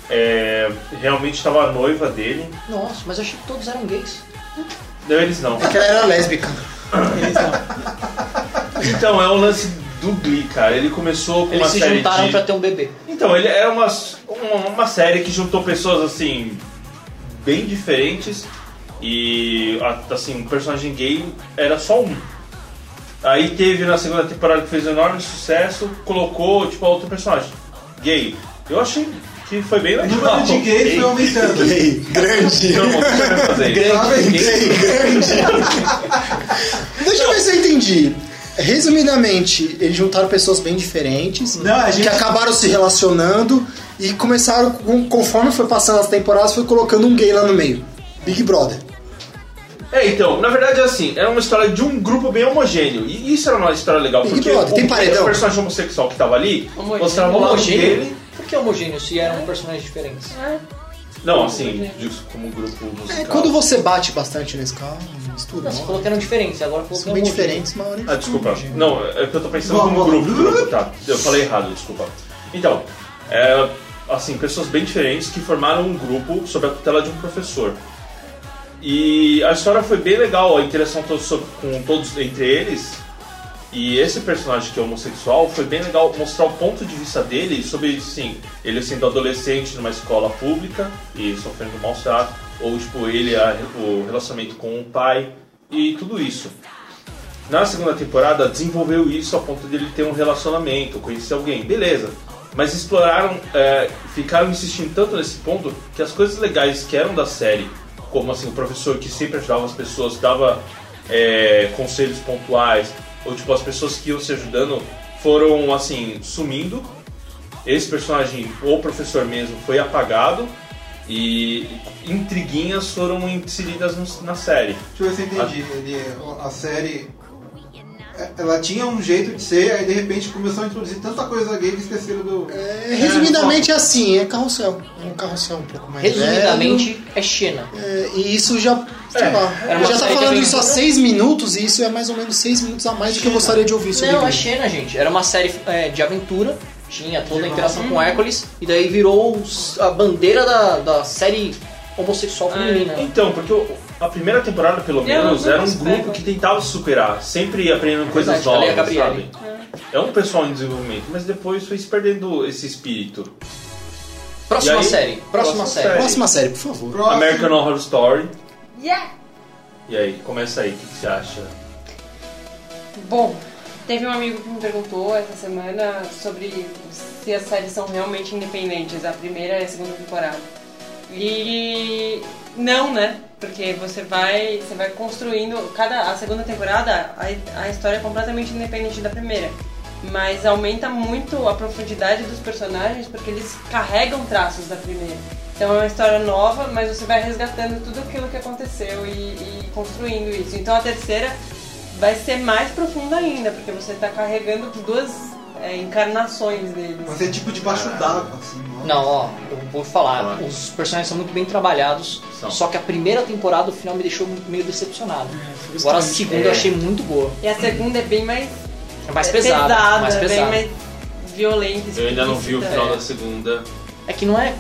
eh, realmente estava noiva dele.
Nossa, mas eu achei que todos eram gays.
Não, eles
[laughs]
não.
Porque ela era lésbica.
Então, é o lance do Glee, cara. Ele começou com
Eles
uma
se
série
juntaram
de...
pra ter um bebê.
Então, ele é uma, uma, uma série que juntou pessoas assim bem diferentes e a- assim, um personagem gay era só um. Aí teve na segunda temporada que fez um enorme sucesso, colocou tipo outro personagem gay. Eu achei que foi bem
O
legal. um
número de gays foi aumentando.
Gay, [laughs] grande.
Então,
Não, não vou fazer isso.
Sabe?
um Gay, grande. Deixa eu ver se eu entendi. Resumidamente, eles juntaram pessoas bem diferentes
Não, a gente-
que acabaram se relacionando e começaram, com- conforme foi passando as temporadas, foi colocando um gay lá no meio. Big Brother.
É, então, na verdade é assim, era uma história de um grupo bem homogêneo. E isso era uma história legal,
Big
porque
Brother,
o,
tem paredão.
o personagem homossexual que tava ali
Homogêneo.
mostrava o lado dele.
Homogêneo? Por que homogêneo se eram personagens diferentes?
Não, assim, disso como grupo musical.
É, quando você bate bastante nesse carro, mistura.
Não, você
não.
falou que é um eram diferentes, agora falou que
São
eram
bem
homogêneos.
diferentes, mas... Hum,
Ah, desculpa. Não, é que eu tô pensando
Vamos,
como
vamos.
grupo, grupo, tá. Eu falei errado, desculpa. Então, é, assim, pessoas bem diferentes que formaram um grupo sob a tutela de um professor. E a história foi bem legal, a interação to- so- com todos entre eles. E esse personagem que é homossexual foi bem legal mostrar o ponto de vista dele sobre, sim, ele sendo adolescente numa escola pública e sofrendo maus tratos, ou tipo, ele, a- o relacionamento com o pai e tudo isso. Na segunda temporada desenvolveu isso a ponto de ele ter um relacionamento, conhecer alguém, beleza. Mas exploraram, é, ficaram insistindo tanto nesse ponto que as coisas legais que eram da série, como assim o professor que sempre ajudava as pessoas, dava é, conselhos pontuais, ou tipo as pessoas que iam se ajudando, foram assim sumindo. Esse personagem, ou professor mesmo, foi apagado e intriguinhas foram inseridas no- na série.
Deixa eu ver se eu entendi. Ele- a série. é, Ela tinha um jeito de ser, aí de repente começou a introduzir tanta coisa gay que esqueceram do.
É, Resumidamente é assim, é carrossel. É um carrossel um pouco mais
Resumidamente, é Xena.
velho. É, e isso já. Sei
era
lá.
uma
Já tá
série de
falando isso há
aventura.
seis minutos e isso é mais ou menos seis minutos a mais do que eu gostaria de ouvir sobre
Não, é
Glee.
Xena, gente. Era uma série é, de aventura, tinha toda a interação com Hércules, e daí virou os- a bandeira da, da série homossexual feminina.
Então, porque o- a primeira temporada, pelo menos,
não
era um
espero.
grupo que tentava se superar, sempre aprendendo coisas
Verdade, falei a
novas,
Gabriele.
sabe? É um pessoal em desenvolvimento, mas depois foi se perdendo esse espírito. E
Próxima
aí?
série. Próxima
Próxima
série.
Próxima série, por favor.
Próximo.
American Horror Story.
Yeah!
E aí, começa aí, o que, que você acha?
Bom, teve um amigo que me perguntou essa semana sobre se as séries são realmente independentes, a primeira e a segunda temporada. E não, né? Porque você vai, você vai construindo cada a segunda temporada, a, a história é completamente independente da primeira. Mas aumenta muito a profundidade dos personagens porque eles carregam traços da primeira. Então é uma história nova, mas você vai resgatando tudo aquilo que aconteceu e, e construindo isso. Então a terceira vai ser mais profunda ainda, porque você tá carregando duas é, encarnações deles.
Mas é tipo debaixo d'água, assim. ó.
Não, ó, eu vou falar,
Vai.
os personagens são muito bem trabalhados,
São.
só que a primeira temporada, o final me deixou meio decepcionado.
foi
Agora a
frustrante.
segunda eu achei muito boa.
E a segunda é bem mais,
É mais
é
pesada, mais pesada.
bem mais tipo violenta.
Eu ainda não vi o
explícita.
final da segunda.
É que não é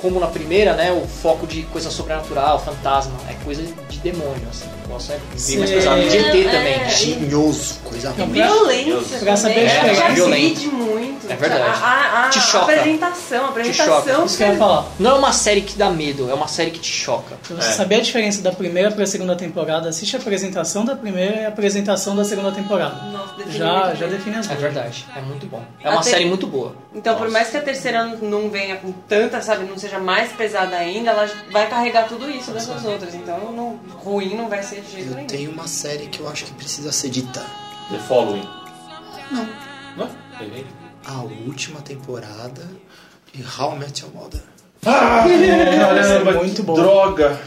como na primeira, né, o foco de coisa sobrenatural, fantasma, é coisa de demônio, assim. O negócio é bem mais
Sim.
pesado. De ET
É,
também.
é.
Genioso, coisa ruim.
Violência
Então, Pra saber
também.
chegar.
já
Violenta.
agride muito.
É verdade.
A, a- a-
Te
a
choca.
apresentação, a
choca.
apresentação...
Isso que eu ia falar.
Não é uma série que dá medo, é uma série que te choca.
Pra você saber a diferença da primeira pra segunda temporada, assiste a apresentação da primeira e a apresentação da segunda temporada.
Nossa, define
já,
muito
já
bem.
define as
É
duas.
verdade, é muito bom. É uma
Até-
série muito boa.
Então, por mais que a terceira não venha com tanta, sabe, não seja mais pesada ainda, ela vai carregar tudo isso dessas outras. Então, não- ruim não vai ser de jeito
Eu
nenhum.
tenho uma série que eu acho que precisa ser dita.
The Following.
Não.
Não? Errei.
A última temporada de How I Met Your Mother.
Caramba,
é muito
que
bom.
Droga!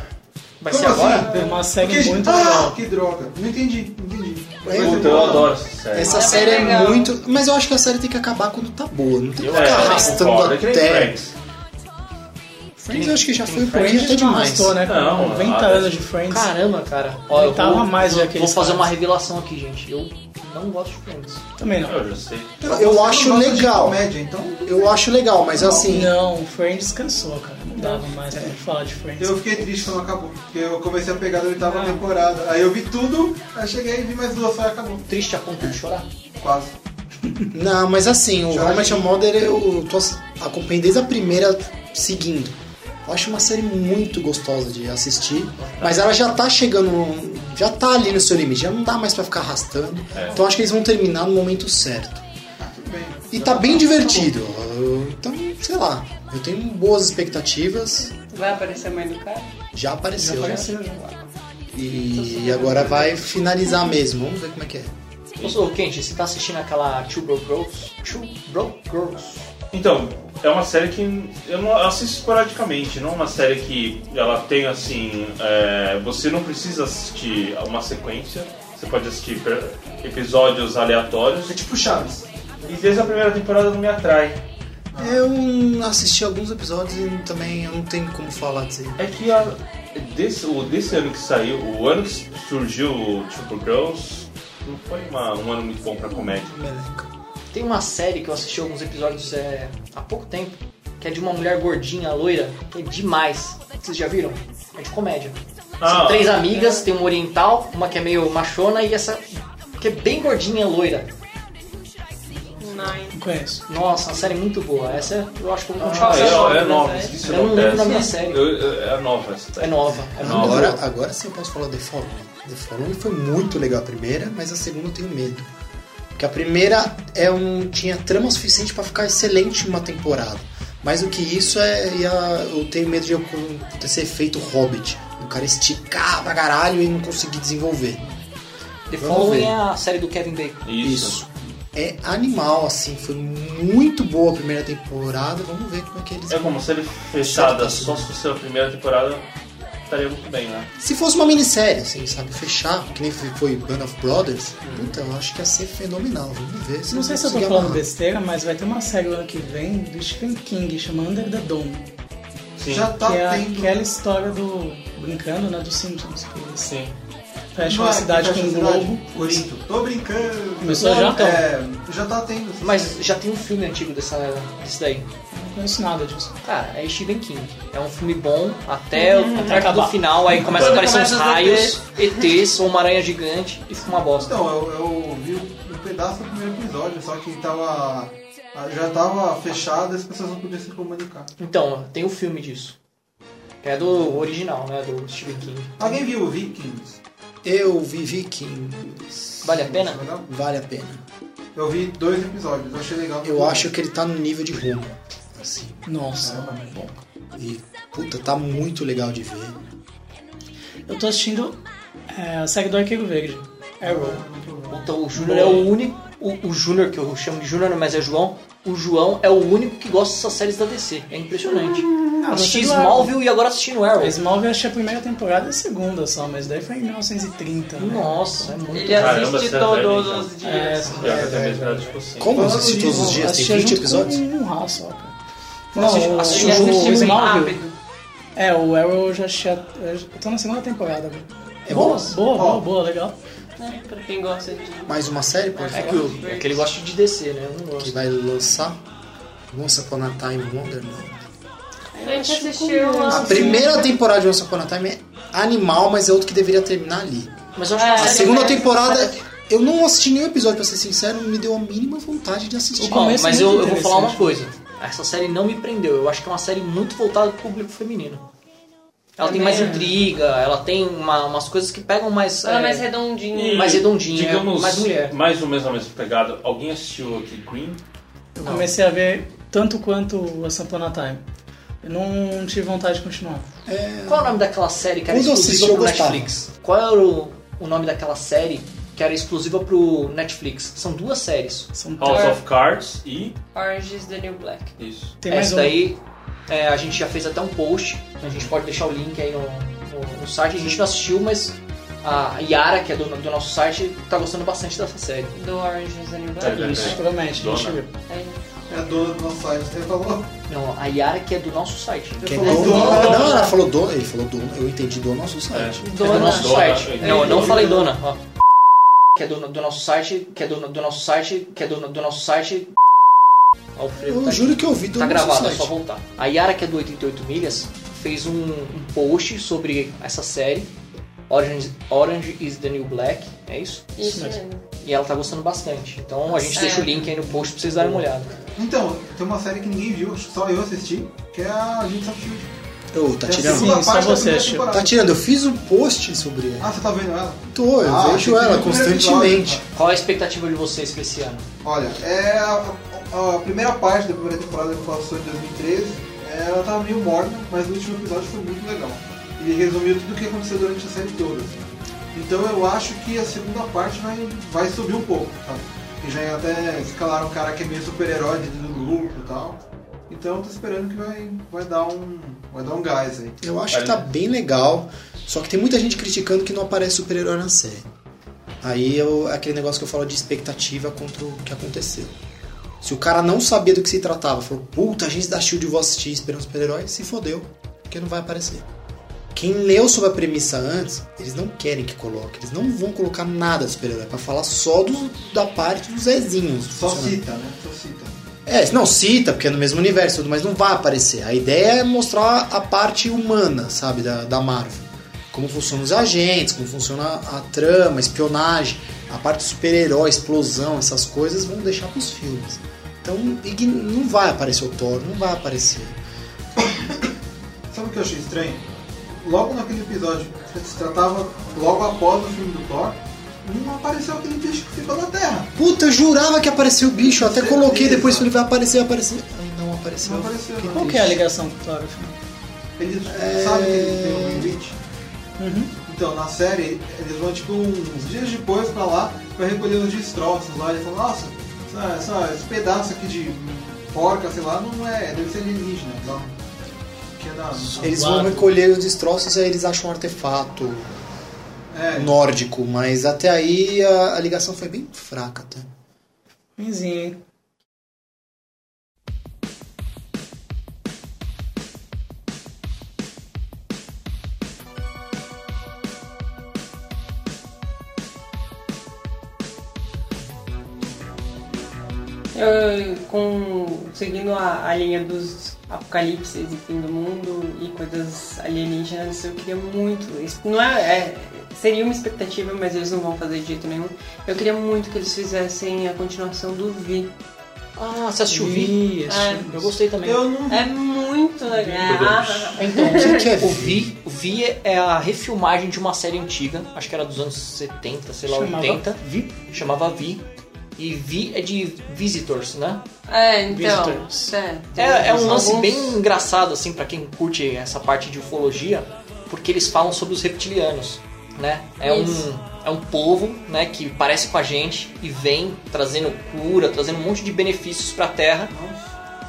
Vai
Como
ser agora?
assim?
É uma série
Que-
muito
ah,
legal.
que droga. Não entendi, não entendi.
É,
Mas
Puta, eu adoro essa série.
Essa
É bem
série é
legal.
muito. Mas eu acho que a série tem que acabar quando tá boa. Não tem que
Eu
ficar
acho, eu
arrastando
concordo. É que nem
até.
Friends.
Friends eu acho que já foi um pouquinho
Friends
até
não
demais.
arrastou, né? cara?
Não,
90
nada.
anos de Friends.
Caramba, cara. Ó, eu
Oitava
vou,
mais
vou,
já que
vou
eles
fazer uma
fazem.
revelação aqui, gente. Eu não gosto de Friends.
Também não.
Eu já sei.
Eu,
né? você
acho
não gosta de
legal.
Comédia, então
Eu acho legal, mas assim.
Não, Friends cansou, cara. Não dava mais pra falar de Friends.
É. eu fiquei triste quando acabou. Porque eu comecei a pegar da oitava
Ah.
temporada. Aí eu vi tudo, aí cheguei e vi mais duas, só e acabou.
Triste a ponto de chorar.
Quase.
Não, mas assim, o
Já
How I Met Your Mother eu tô ass- acompanhei desde a primeira seguindo. Eu acho uma série muito gostosa de assistir, mas ela já tá chegando, num- já tá ali no seu limite, já não dá mais pra ficar arrastando. Então acho que eles vão terminar no momento certo.
Ah, Tudo bem.
E tá bem divertido. eu- Então, sei lá, eu tenho boas expectativas.
Vai aparecer a mãe do cara?
Já apareceu, já.
Apareceu já.
E agora vai finalizar mesmo. Vamos ver como é que é.
Ô, Kent, você tá assistindo aquela Two Bro Girls? Two Bro Girls.
Então, é uma série que eu não assisto esporadicamente, não é uma série que ela tem assim. é, você não precisa assistir uma sequência, você pode assistir per- episódios aleatórios.
É tipo Chaves.
E desde a primeira temporada não me atrai.
Eu assisti alguns episódios e também eu não tenho como falar disso aí.
É que a, desse, o, desse ano que saiu, o ano que surgiu o Triple Girls, não foi uma- um ano muito bom pra comédia.
Meleca.
Tem uma série que eu assisti alguns episódios é, há pouco tempo, que é de uma mulher gordinha, loira, que é demais. Vocês já viram? É de comédia. São
Ah.
três amigas, tem uma oriental, uma que é meio machona e essa que que é bem gordinha, loira.
Nine.
Não conheço.
Nossa, uma série muito boa. Essa eu acho que eu vou continuar
Ah,
assistindo.
é, é nova, esqueci o
Eu não
nome
lembro o nome da
dessa.
série.
Eu- eu- É nova essa
É
série.
nova. É muito
Agora,
boa.
agora sim eu posso falar um. The Following. The Following foi muito legal a primeira, mas a segunda eu tenho medo. Porque a primeira é um, tinha trama suficiente pra ficar excelente uma temporada. Mais do que isso, é, ia- eu tenho medo de acontecer efeito Hobbit. O cara esticar pra caralho e não conseguir desenvolver.
The
vamos
Following
ver.
é a série do Kevin Bacon.
Isso.
É animal, assim. Foi muito boa a primeira temporada. Vamos ver como é que eles...
É como série fechada, só se fosse a primeira temporada estaria muito bem, né?
Se fosse uma minissérie, assim, sabe? Fechar, que nem foi Band of Brothers. Puta, eu acho que ia ser fenomenal. Vamos ver.
Não sei se eu tô
conseguir
é
falando
amarrar.
besteira, mas vai ter uma série ano que vem do Stephen King chamada Under the Dome.
Sim.
Já tá
que é
tendo.
aquela história do. brincando, né? Dos Simpsons. Que eles
Sim.
fecham
Não
a
é
cidade com
que
um
fecha a cidade?
globo.
Corinto. Tô brincando.
Começou
Não,
já, então?
É, já tá tendo.
Mas já tem um filme antigo dessa, desse daí.
Não conheço nada disso.
Cara, é Stephen King. É um filme bom até, o até
acabar.
do final, aí começa a
Quando
aparecer uns
começa a
raios, ETs ou uma aranha gigante e fica uma bosta.
Então, eu, eu vi um pedaço do primeiro episódio, só que tava. Já tava fechado e as pessoas não podiam se comunicar.
Então, tem o filme disso. Que é do original, né? Do Stephen King.
Alguém viu o Vikings?
Eu vi Vikings.
Vale a pena?
Isso é legal?
Vale a pena.
Eu vi dois episódios, eu achei legal.
Eu acho que ele tá no nível de Roma. Assim.
Nossa.
E, puta, tá muito legal de ver.
Eu tô assistindo é, a série do Arqueiro Verde. Arrow.
Então, o Júnior é o único. O, o Júnior, que eu chamo de Júnior, mas é João. O João é o único que gosta dessas séries da DC. É impressionante. Assisti
mas tudo é Arrow.
Smallville e agora assistindo Arrow.
A Smallville eu achei a primeira temporada e a segunda só, mas daí foi em 1930. né?
Nossa, é muito.
Ele
Caramba,
assiste
você é né?
todos
velho,
os dias.
É,
Já que eu tenho mesmo, era tipo assim.
Como você assiste todos os
Eu
dias? Tem
assistia
20
junto
episódios?
com Um rá só, cara.
Assisti-
Não,
assisti-
o-
Ele
o
assiste muito
Smallville-
rápido.
É, o Arrow eu já assisti. a- Eu tô na segunda temporada agora.
É bom?
Boa, boa, boa, legal.
né? Pra quem gosta de.
Mais uma série, pode
É
falar?
que, o- é que ele gosta de DC, né? Eu não
Que
gosto.
vai lançar Once Upon a Time Wonderland.
A gente assistiu
Ah,
A
uma.
primeira temporada de Once Upon a Time é animal, mas é outro que deveria terminar ali.
Mas eu acho que uma
É,
A
série-
segunda
é.
temporada, eu não assisti nenhum episódio, pra ser sincero, não me deu a mínima vontade de assistir.
O começo
Ó, mas
é
eu,
muito
eu vou falar uma
interessante.
coisa. Essa série não me prendeu. Eu acho que é uma série muito voltada pro público feminino. Ela tem
Também
mais
é.
intriga, ela tem uma- umas coisas que pegam mais.
Ela é
é,
mais redondinha.
mais redondinha,
Digamos,
mais mulher.
mais ou menos a mesma pegada. Alguém assistiu aqui Green?
Eu comecei a ver tanto quanto a Sampona Time. Eu não tive vontade de continuar.
Qual é o nome daquela série que era
Quando eu assisti,
exclusiva
eu
pro
gostava.
Netflix? Qual era o, o nome daquela série que era exclusiva pro Netflix? São duas séries.
São
Então
House
é.
três.
of Cards e...
Orange is the New Black.
Isso.
Tem mais
Essa
um.
daí é, a gente já fez até um post, a gente pode deixar o link aí no, no- no site. A gente não assistiu, mas a Yara, que é dona do nosso site, tá gostando bastante dessa série.
Do Orange is the New
Tá
Black.
ligado?
Isso, promete, a gente
Dona.
viu.
Aí,
É a dona do nosso site, você falou.
Não, a Yara que é do nosso site.
Que é
Falou
dono-
dona.
Não, ela falou dono, ele falou dono, eu entendi dono nosso site.
É do nosso
Dona.
site.
É.
Não, eu não falei dona. ó. Que é do, do nosso site, que é do, do nosso site, que é do, do nosso site. Ó,
É.
o Frevo tá
Eu
aqui.
juro que eu vi dono
Tá
nosso
gravado, é
site.
só voltar. A Yara, que é do 88 Milhas, fez um, um post sobre essa série, Orange, Orange is the New Black, é isso?
Isso
mesmo.
mesmo.
E ela tá gostando bastante. Então a gente deixa o link aí no post pra vocês darem uma olhada.
Então, tem uma série que ninguém viu, acho que só eu assisti, que é a Gente of Shield.
Ô, tá
É a
tirando.
Sim,
segunda
só
parte da
você
primeira
assistiu.
temporada.
Tá tirando, eu fiz um post sobre ela.
Ah, você tá vendo ela?
Tô, eu
Ah,
vejo
achei que
ela
era o primeiro
constantemente.
episódio.
Qual a expectativa de vocês pra esse ano?
Olha, é a, a- a primeira parte da primeira temporada que eu faço sobre 2013, é, ela tava meio morna, mas o último episódio foi muito legal. Ele resumiu tudo o que aconteceu durante a série toda. assim. Então eu acho que a segunda parte vai, vai subir um pouco, sabe? E já até escalaram um cara que é meio super-herói dentro do grupo e tal. Então eu tô esperando que vai, vai dar um. Vai dar um gás aí.
Eu acho que tá bem legal. Só que tem muita gente criticando que não aparece super-herói na série. Aí eu, aquele negócio que eu falo de expectativa contra o que aconteceu. Se o cara não sabia do que se tratava, falou, puta, a gente da Shield eu vou assistir esperando super-herói, se fodeu, porque não vai aparecer. Quem leu sobre a premissa antes, eles não querem que coloque, eles não vão colocar nada de super-herói, é pra falar só do- da parte dos Zezinhos.
Só
funcionando.
cita, né? Só cita.
É, não, cita, porque é no mesmo universo, e tudo, mas não vai aparecer. A ideia é mostrar a parte humana, sabe, da, da Marvel. como funcionam os agentes, como funciona a trama, a espionagem, a parte do super-herói, explosão, essas coisas vão deixar pros filmes. Então ign- não vai aparecer o Thor, não vai aparecer.
Sabe o que eu achei estranho? Logo naquele episódio que se tratava logo após o filme do Thor, não apareceu aquele bicho que ficou na Terra.
Puta, eu jurava que apareceu o bicho, eu até
Certeza.
coloquei depois falei, vai aparecer, vai aparecer. Ai, não apareceu.
Não apareceu,
Fiquei
não.
Qual que é a ligação com o Thor?
Eles
É.
sabem que ele tem um limite.
Uhum.
Então, na série, eles vão tipo uns dias depois pra lá pra recolher os destroços lá. Eles falam, nossa, essa- essa- esse pedaço aqui de porca, sei lá, não é, deve ser alienígena. Não. Que é da.
Eles vão recolher os destroços e aí eles acham um artefato
É,
nórdico, mas até aí a, a ligação foi bem fraca tá? até.
Ruinzinho, hein?
Eu, com, seguindo a, a linha dos apocalipses e fim do mundo e coisas alienígenas, eu queria muito. isso Não é, é- seria uma expectativa, mas eles não vão fazer de jeito nenhum. Eu queria muito que eles fizessem a continuação do Vi.
Ah, você assistiu o Vi?
Vi, esse
É.
filme.
Eu gostei também.
eu não.
É muito legal.
Então,
O que é
o Vi, o Vi é- é a refilmagem de uma série antiga, acho que era dos anos 70, sei lá,
Chamava
80.
Vi.
Chamava Vi. E Vi é de Visitors, né?
É, então.
Visitors.
É,
É, é um lance
Alguns-
bem engraçado, assim, pra quem curte essa parte de ufologia, porque eles falam sobre os reptilianos, né? É
Isso.
um, é um povo, né, que parece com a gente e vem trazendo cura, trazendo um monte de benefícios pra Terra.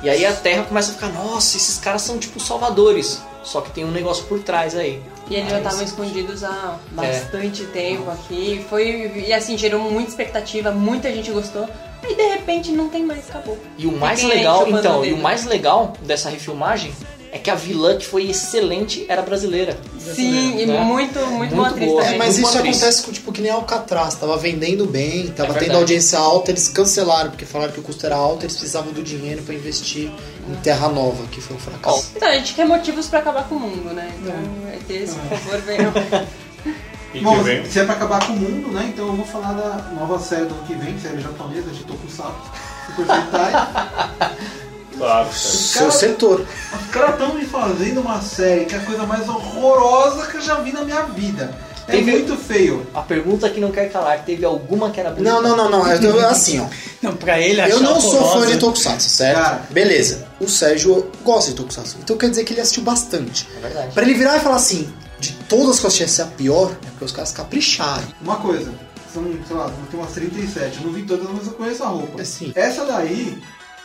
E aí a Terra começa a ficar, nossa, esses caras são tipo salvadores. Só que tem um negócio por trás aí.
E eles já
Mas-
estavam escondidos há bastante tempo aqui. Foi, e assim, gerou muita expectativa, muita gente gostou. Aí de repente não tem mais, acabou.
E o mais
quem é
legal,
chupando o
então, e
dedo?
o mais legal dessa refilmagem é que a vilã que foi excelente era brasileira.
Sim, e
né?
muito, muito,
Muito
boa atriz
boa.
É,
também.
mas
Muito
isso
atriz.
acontece com tipo que nem Alcatraz, tava vendendo bem,
É
tava
verdade.
tendo audiência alta, eles cancelaram porque falaram que o custo era alto, eles precisavam do dinheiro pra investir em Terra Nova, que foi um fracasso.
Então, a gente quer motivos pra acabar com o mundo, né? Então, é ter esse favor venham.
E
Bom,
que vem.
se é pra acabar com o mundo, né? Então eu vou falar da nova série do ano que vem, série japonesa de Tokusatsu, Super Sentai.
Claro,
Seu
Cara-
setor.
Os caras estão me fazendo uma série que é a coisa mais horrorosa que eu já vi na minha vida. É
Teve-
muito feio.
A pergunta que não quer calar, teve alguma que era bonita?
Não, não, não, não. Eu tô- assim, ó.
Não, pra ele achar
Eu não sou fã
horrorosa.
de Tokusatsu, certo?
Cara.
Beleza. O Sérgio gosta de Tokusatsu. Então quer dizer que ele assistiu bastante.
É verdade.
Pra ele virar e falar assim, de todas que eu assisti, essa é a pior, é porque os caras capricharam.
Uma coisa, são, sei lá, tem umas 37, eu não vi todas, mas eu conheço a roupa.
Assim.
Essa daí,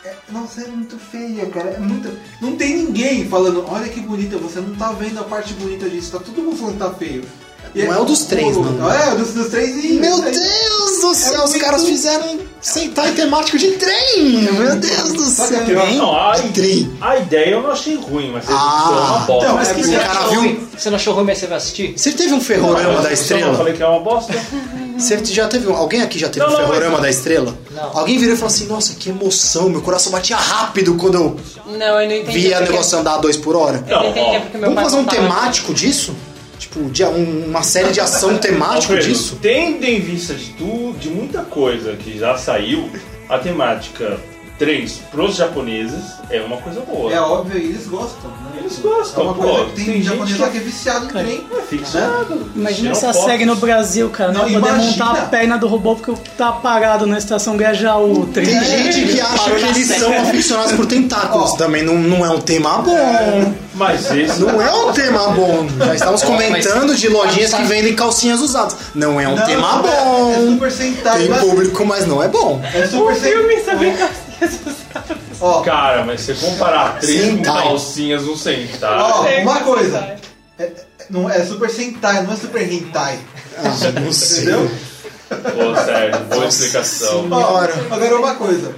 é, nossa, é muito feia, cara. É muito. Não tem ninguém falando, olha que bonita, você não tá vendo a parte bonita disso, tá todo mundo falando que tá feio. E
Não é o dos três,
horroroso.
não.
É, o dos, dos três e.
Meu Deus do céu, os
muito-
caras fizeram sentar temático de trem! Meu Deus do
Só
céu!
que eu-
Trem?
não, ai.
De trem.
A ideia eu não achei ruim, mas a execução é uma
Ah,
bosta.
então,
Mas
é
que
porque-
o cara viu?
Você não achou ruim, mas você vai assistir?
Você teve um
Não,
ferrorama
mas
da
Eu não
estrela?
falei que é uma bosta.
Você já teve um... Alguém aqui já teve
Não,
um
não,
ferrorama
mas-
da estrela?
Não.
Alguém virou e falou assim, nossa, que emoção, meu coração batia rápido quando eu
Não, eu não entendi.
via o
porque-
negócio andar a dois por hora?
Eu não
Não,
entendi
ó,
porque meu
Vamos
pai
fazer um
contava.
temático disso? Tipo, de- um- uma série de
[laughs]
ação temático
Alfredo,
disso?
Então, Tendo em vista de tudo, de muita coisa que já saiu, a temática 3 pros japoneses é uma coisa boa.
É óbvio, eles gostam. Né?
Eles gostam,
é uma
pô.
coisa que tem,
Tem
japonês
gente
lá
que-
que é viciado em
Cara,
trem.
É fixado.
Imagina
Tiram
essa
fotos.
segue no Brasil, cara. Não,
Não,
poder
imagina.
montar a perna do robô porque eu tava parado na estação Grajaú. Tem
Tem gente que acha
Parou
que
na
eles
série.
são aficionados por tentáculos.
Ó.
Também não, não é um tema bom.
Mas esse
Não é um tema bom. Já estamos comentando de lojinhas que vendem calcinhas usadas. Não é um
Não,
tema
é- É
bom.
Super Sentai.
Tem
mas-
público, mas não é bom.
É Super Sentai. Ó,
Cara, mas se você comparar três com
Sentai.
calcinhas no Sentai...
ó,
É,
uma
é
coisa.
Sentai.
É, é- não, é Super Sentai, não é Super Hentai.
Ah, não sei.
Entendeu?
Ô, Sérgio, boa explicação.
Ó,
Ora.
agora uma coisa.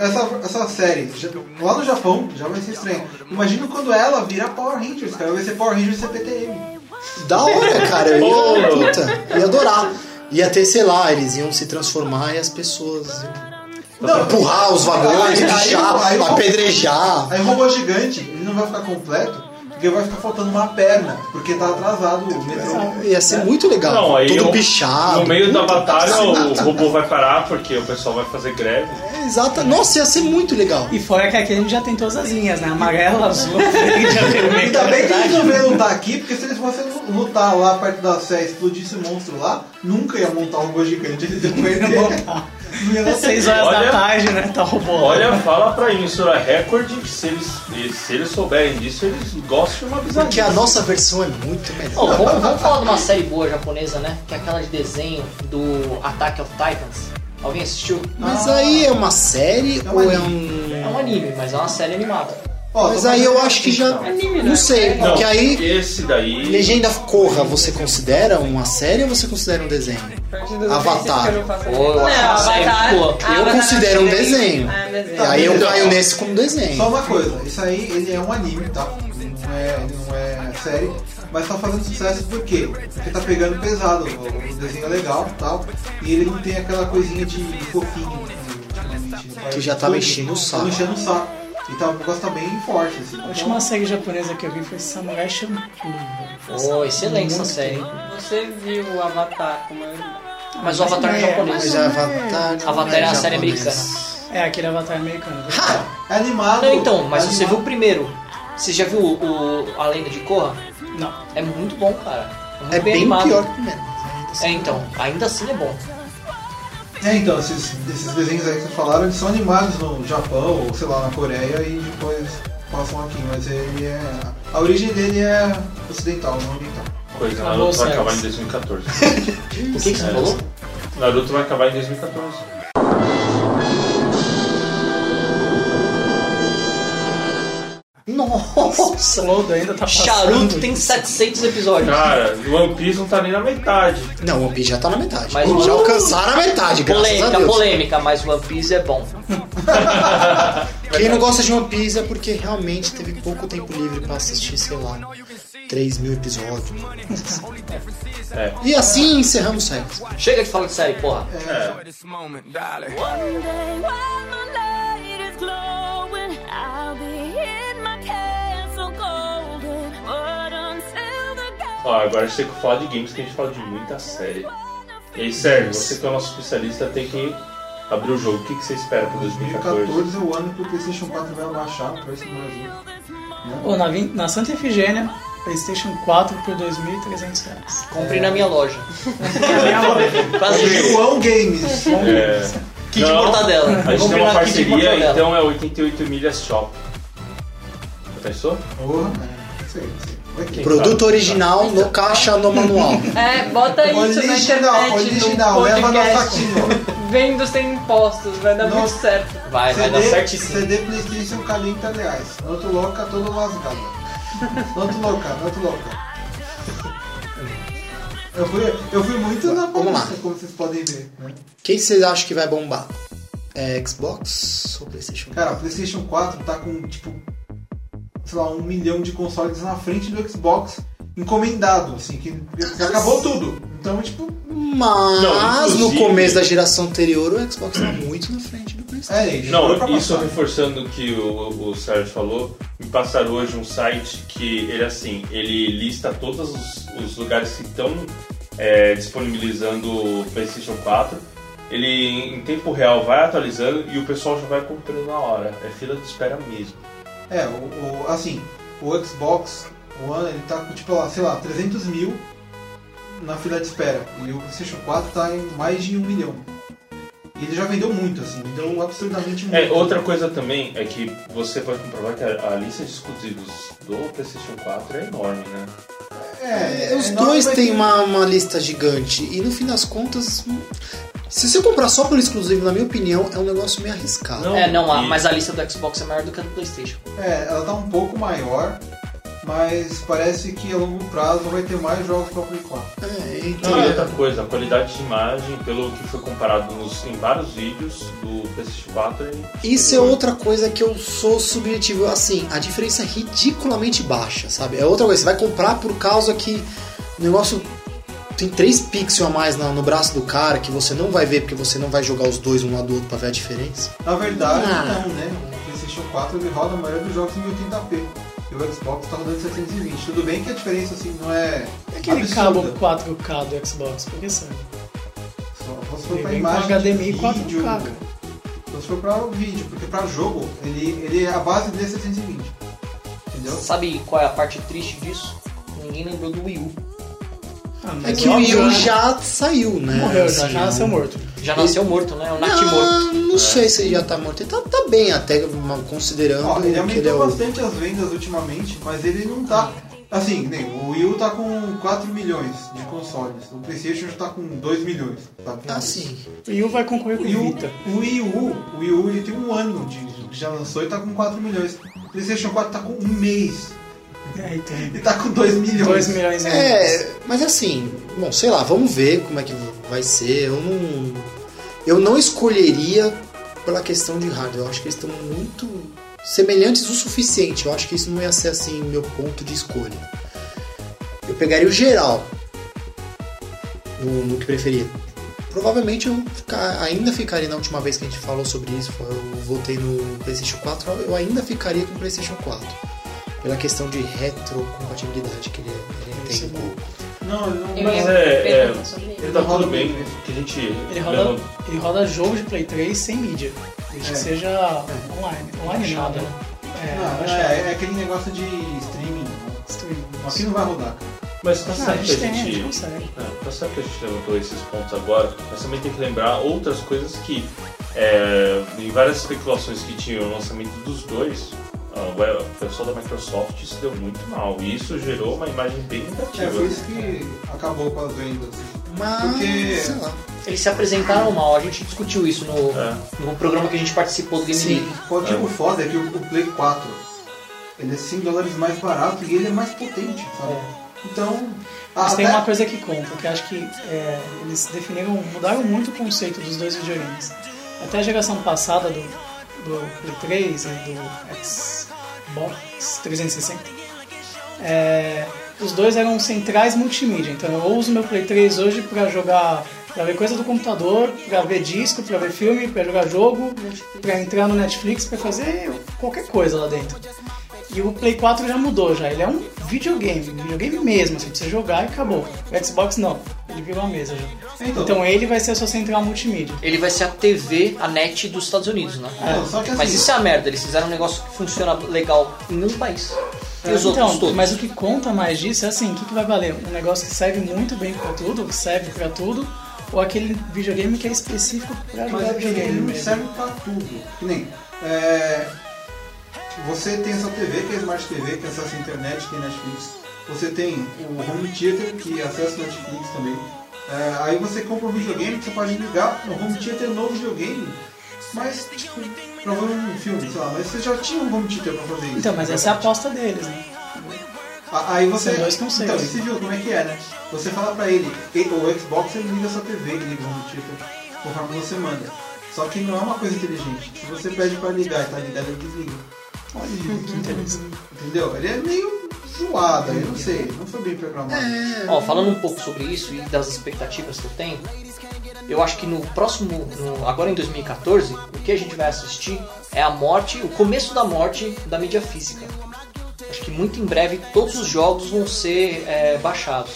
Essa, essa série, já- lá no Japão, já vai ser estranho. Imagina quando ela vira Power Rangers, cara. Vai ser Power Rangers CPTM.
Da hora, cara. Eu ia,
Pô.
puta, ia adorar. Ia ter, sei lá, eles iam se transformar e as pessoas iam
Não,
empurrar os vagões,
Aí- aí-
puxar,
aí-
apedrejar.
Aí o robô gigante, ele não vai ficar completo. porque Porque vai ficar faltando uma perna, porque tá atrasado o metrô.
Ia ser muito legal.
Não, aí
Todo
eu-
Tá pichado.
No meio da
Puta,
batalha,
caceta.
o robô vai parar porque o pessoal vai fazer greve.
É, Exato. Nossa, ia ser muito legal.
E fora que aqui a gente já tem todas as linhas, né? Amarela, azul, [laughs] verde, vermelho.
Ainda bem que eles não vêm lutar aqui, porque se eles fossem lutar lá perto da Sé e explodisse monstro lá, nunca ia montar um robô gigante. Eles iam perder. Não ia dar
Seis horas
Olha-
da tarde, né? Tá robô. lá.
Olha, fala pra emissora Record que se eles, se eles souberem disso, eles gostam de uma
Porque a
bizarrinha.
nossa versão é muito
Ô,
melhor.
vamos, vamos falar de uma série boa japonesa, né? Que é aquela de desenho do Attack of Titans. Alguém assistiu?
Mas aí é uma série
É um
ou é
anime.
um.
É um anime, mas é uma série animada.
Ó,
Mas
só pra-
aí
um
eu acho que já.
então.
Anime,
Não
né?
sei.
Não,
Porque aí.
esse daí.
Legenda Corra, você considera uma série ou você considera um desenho?
Parte dos
Avatar.
que eu não faço.
Ô,
Não,
essa série
Avatar.
ficou.
Avatar
Eu considero um desenho.
Ah,
É.
desenho.
E aí eu
Então,
caio nesse como
Só
desenho.
uma coisa, isso aí ele é um anime, tá? Não é, ele não é série, mas tá fazendo sucesso por quê? Porque tá pegando pesado, o o desenho é legal e tal, e ele não tem aquela coisinha de fofinho ultimamente, né?
Que já tava enchendo o saco.
Tava enchendo o saco. E tá um negócio tá bem forte, assim.
A última série japonesa que eu vi foi Samurai Champloo.
Ô, excelente essa série. hein?
Você viu o Avatar como eu...
Mas o Avatar é japonês.
Mas Avatar. não
Avatar é uma série
japonês.
americana.
É aquele Avatar americano.
É animado.
Não, então, mas
é
você viu
animado.
o primeiro. Você já viu o, o- a lenda de Korra?
Não.
É muito bom, cara. muito
É bem
animado.
pior que o primeiro.
É, então, ainda assim é bom.
É, então, esses, esses desenhos aí que vocês falaram, eles são animados no Japão, ou sei lá, na Coreia, e depois passam aqui, mas ele é. A origem dele é ocidental, não oriental.
Coisa,
Acabou
Naruto vai
o
acabar em
sexo.
2014.
O que, que você falou?
Naruto vai acabar em 2014.
Nossa!
Lodo ainda tá passando.
Charuto tem 700 episódios.
Ah,
Cara, o One Piece não tá nem na metade.
Não, One Piece já tá na metade.
Mas o-
já alcançaram a metade, graças a
Polêmica,
Deus.
polêmica, mas One Piece é bom.
Quem não gosta de One Piece é porque realmente teve pouco tempo livre pra assistir, sei lá, 3 mil episódios.
É.
E assim encerramos o sexo.
Chega de falar de série, porra.
É.
One day while my light is glowing, I'll be in my castle golden. But until the
Ó, agora a gente tem que falar de games que a gente fala de muita série. E aí, Sérgio, você que é o nosso especialista tem que abrir o jogo. O que, que você espera pra 2014?
2014 é o ano que o PlayStation 4 vai abaixar o preço do Brasil.
Ô, na, vin- na Santa Efigênia, Playstation 4 por 2.300 reais.
Comprei na minha loja. Quase juro.
João Games!
É.
Kit
Não.
mortadela.
A gente tem
Comprei
uma
na kit
parceria,
mortadela.
então é 88 milhas shop. Já pensou?
Porra, é. Sei, sei. Vai que-
Quem
Produto
sabe?
original no caixa, no manual.
É, bota isso na internet.
Original,
no
original, leva no
podcast.
saquinho.
Vendo sem impostos, vai dar muito
Nossa.
certo.
Vai, vai dar
CD,
certíssimo.
CD Playstation 40 reais. Outro louca, todo lasgado. Outro louca, outro louca. Eu fui, eu fui muito na
Vamos lá.
bagunça, como vocês podem ver. né?
Quem vocês acham que vai bombar? É Xbox ou Playstation?
Cara, o PlayStation 4 tá com, tipo, sei lá, um milhão de consoles na frente do Xbox encomendado, assim, que acabou tudo. Então, tipo,
Mas
Não,
no
inclusive-
começo da geração anterior, o Xbox tá muito na frente do Playstation.
é, ele jogou pra
Não, isso
passar.
reforçando o que o, o Sérgio falou, me passaram hoje um site que ele assim, ele lista todos os, os lugares que estão é, disponibilizando o PlayStation 4. Ele em tempo real vai atualizando e o pessoal já vai comprando na hora. É fila de espera mesmo.
É, o, o- assim, o Xbox One, ele tá com, tipo, lá, sei lá, 300 mil na fila de espera. E o PlayStation 4 tá em mais de um milhão. E ele já vendeu muito, assim, vendeu absurdamente muito.
É, outra coisa também é que você pode comprovar que a, a lista de exclusivos do PlayStation 4 é enorme, né?
É,
Os
é,
dois
mas-
têm uma, uma lista gigante e no fim das contas, hum, se você comprar só por exclusivo, na minha opinião, é um negócio meio arriscado.
Não,
É, não, a-
e-
mas a lista do Xbox é maior do que a do Playstation.
É, ela tá um pouco maior, mas parece que a longo prazo vai ter mais jogos pra Play 4.
É,
Não, e
então,
outra coisa, a qualidade de imagem, pelo que foi comparado nos- em vários vídeos do PlayStation 4, é
Isso é outra coisa que eu sou subjetivo. Assim, a diferença é ridiculamente baixa, sabe? É outra coisa. Você vai comprar por causa que o negócio tem 3 pixels a mais na- no braço do cara que você não vai ver porque você não vai jogar os dois um lado do outro pra ver a diferença.
Na verdade, então,
Ah.
não, né? O PlayStation 4 ele roda a maioria dos jogos em 1080p. E o Xbox tá rodando 720. Tudo bem que a diferença assim não é.
E aquele
absurda.
cabo 4K do Xbox, por que serve?
Só se for
Ele
pra
vem com
imagem.
HDMI
de
4K,
vídeo,
cara.
Só se for pra vídeo, porque pra jogo, ele, ele é a base de 720. Entendeu?
Sabe qual é a parte triste disso? Ninguém lembrou do Wii U.
Ah,
É
mas
que o
óbvio,
Will
né?
já saiu, né?
morreu, já,
Assim,
já
é um-
nasceu morto.
Já nasceu morto, né? O Nat morto.
Não, não sei se ele já tá morto. Ele tá, tá bem até, ma- considerando
Ó, ele
que ele é
aumentou
o...
bastante as vendas ultimamente, mas ele não tá. Assim, que nem o Wii U tá com 4 milhões de consoles, o PlayStation já tá com 2 milhões. Tá com
Ah, sim.
O Yu vai concorrer
O
com o
Wii, U,
Vita.
o Wii U, o Wii U ele tem um ano de que já lançou e tá com 4 milhões. O PlayStation 4 tá com um mês
É, tem
e tá com 2 milhões.
2 milhões e meio.
É, mas assim, bom, sei lá, vamos ver como é que vai ser. Eu não. Eu não escolheria pela questão de hardware. Eu acho que eles estão muito semelhantes o suficiente. Eu acho que isso não ia ser assim meu ponto de escolha. Eu pegaria o geral no, no que preferia. Provavelmente eu fica- ainda ficaria na última vez que a gente falou sobre isso. foi- Eu voltei no PlayStation 4. Eu ainda ficaria com o PlayStation 4 pela questão de retrocompatibilidade que ele, ele
Isso é
tem
bom.
com
Não, ele não.
Eu
Mas
ia
é- é-
perguntar sobre ele.
Ele tá
roda
tudo bem,
muito bem.
que a gente.
Ele roda, ele roda jogo de Play 3 sem mídia. Desde
É.
que seja online. Online nada, né? É,
Não,
baixado.
é, é aquele negócio de streaming. né?
Streaming.
Aqui não vai rodar. cara.
Mas tá
Ah,
certo
a
que a
gente tem, a gente
gente.
consegue.
É, tá certo que a gente levantou esses pontos agora, mas também tem que lembrar outras coisas que, é, em várias especulações que tinham no lançamento dos dois, a web- o pessoal da Microsoft se deu muito mal. E isso gerou uma imagem bem negativa. né?
É, foi isso que acabou com as vendas.
Mas,
Porque-
sei lá.
Eles se apresentaram mal, a gente discutiu isso no,
É.
no programa que a gente participou do Game
Sim.
League.
O código foda é que o o Play 4 ele é 5 dólares mais barato e ele é mais potente, sabe? Então.
Mas
até-
tem uma coisa que conta, que eu acho que é, eles definiram, mudaram muito o conceito dos dois videogames. Até a geração passada do, do Play 3 e do Xbox 360, é, os dois eram centrais multimídia. Então eu uso meu Play 3 hoje pra jogar, pra ver coisa do computador, pra ver disco, pra ver filme, pra jogar jogo, pra entrar no Netflix, pra fazer qualquer coisa lá dentro. E o Play 4 já mudou já, ele é um videogame, um videogame mesmo, assim, pra você jogar e acabou. O Xbox não, ele virou a mesa já.
Então.
Então ele vai ser a sua central multimídia.
Ele vai ser a TV, a net dos Estados Unidos, né?
Não, só que assim,
Mas isso é a merda, eles fizeram um negócio que funciona legal em um país. E os outros
Então,
todos.
mas o que conta mais disso é assim, o que, que vai valer? Um negócio que serve muito bem pra tudo, que serve pra tudo, ou aquele videogame que é específico pra né?
mas é
jogar
que ele
videogame
não
mesmo.
serve pra tudo. Que nem. é, Você tem essa TV, que é Smart TV, que acessa a internet, tem Netflix. Você tem o Home Theater, que acessa o Netflix também. É, aí você compra um videogame que você pode ligar no Home Theater no videogame. Mas, tipo, pra ver um filme, sei lá. Mas você já tinha um Home Theater pra fazer isso.
Então, mas
na
essa é a
verdade.
aposta deles, né?
A- Aí você.
São dois conceitos.
Então, você viu como é que é, né? Você fala pra ele, e- o Xbox ele liga sua TV, ele liga um título, conforme você manda. Só que não é uma coisa inteligente. Se você pede pra ligar e tá ligado, ele desliga.
[laughs]
Olha que interessante.
Entendeu? Ele é meio zoado, eu não sei, não foi bem programado.
Ó, falando um pouco sobre isso e das expectativas que eu tenho, eu acho que no próximo, no- agora em 2014, o que a gente vai assistir é a morte, o começo da morte da mídia física. Acho que muito em breve todos os jogos vão ser é, baixados.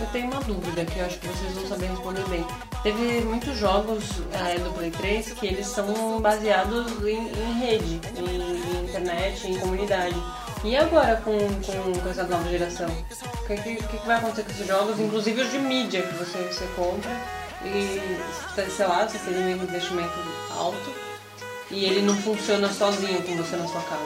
Eu tenho uma dúvida que eu acho que vocês vão saber responder bem. Teve muitos jogos eh, do Play 3 que eles são baseados em, em rede, em, em internet, em comunidade. E agora com, com, com essa nova geração? O que, que- que vai acontecer com esses jogos, inclusive os de mídia que você, você compra? E, sei lá, você tem um investimento alto e ele não funciona sozinho com você na sua casa.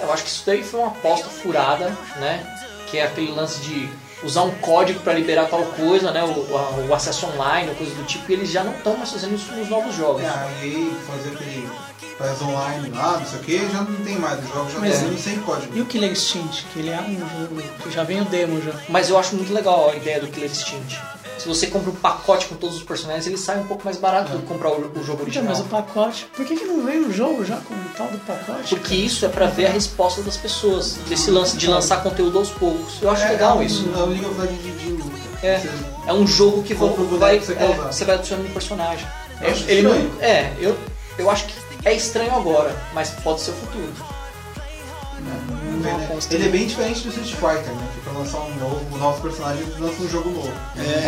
Eu acho que isso daí foi uma aposta furada, né? Que é aquele lance de usar um código para liberar tal coisa, né? O, a- o acesso online, ou coisa do tipo, e eles já não estão mais fazendo isso nos novos jogos.
É, aí fazer aquele. Faz online lá, não sei o que, já não tem mais. Os jogos já
Mas-
estão sem código.
E o Killer Instinct, que ele é um jogo que já vem o demo já.
Mas eu acho muito legal a ideia do Killer Instinct. Se você compra um pacote com todos os personagens, ele sai um pouco mais
É.
barato do que comprar o, o jogo
Então,
Poxa,
original.
Então, mas o pacote. Por que, que não veio o jogo já com o tal do pacote?
Porque isso é pra ver a resposta das pessoas, desse lance de lançar conteúdo aos poucos. Eu acho legal
Então. é,
isso.
É o League of Legends de, de luta.
É.
Você-
É um jogo que
Compra o boneco
vai,
que você
é,
quer usar.
você vai adicionando um personagem.
Eu acho
ele não,
estranho.
é, eu, eu acho que é estranho agora, mas pode ser o futuro.
Não
uma
Ele-
aposta.
Ele é bem diferente do Street Fighter, né? Que pra lançar um novo, um novo personagem, eles lançam um jogo novo.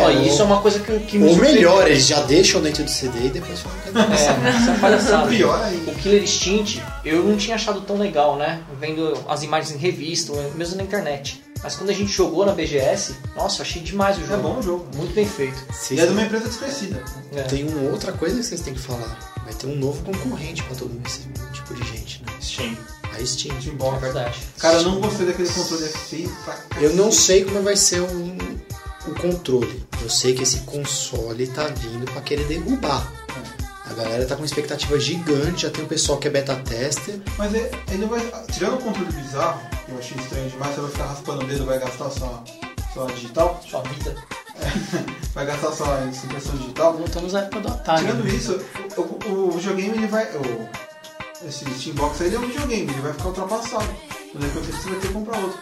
Ó, e isso é uma coisa que, que me
Ou
surpreendeu.
melhor, eles já deixam dentro do CD e depois falam que
É, isso é palhaçada.
Pior ainda.
O Killer Instinct eu não tinha achado tão legal, né? Vendo as imagens em revista, ou mesmo na internet. Mas quando a gente jogou na BGS, nossa, achei demais o jogo.
É bom o jogo.
Muito bem feito.
Vocês
Ele é de uma empresa desconhecida. né?
É.
Tem uma outra coisa que vocês têm que falar. Vai ter um novo concorrente pra todo esse tipo de gente, né?
Sim.
A Steam.
De
É
boca.
verdade.
Um Cara, eu não gostei daquele controle FC pra cacete.
Eu não sei como vai ser o, o controle. Eu sei que esse console tá vindo pra querer derrubar. A galera tá com uma expectativa gigante, já tem o pessoal que é beta tester.
Mas é, ele, ele vai. Tirando o controle bizarro, que eu achei estranho demais, você vai ficar raspando o dedo, vai gastar sua, sua digital,
Sua vida.
[laughs] vai gastar sua impressão é digital.
Voltamos à época do Atari. né?
Tirando isso, o, o- o videogame ele vai. O, esse Steam Box aí ele é um videogame, ele vai ficar ultrapassado. Quando ele acontecer, você vai ter que comprar outro.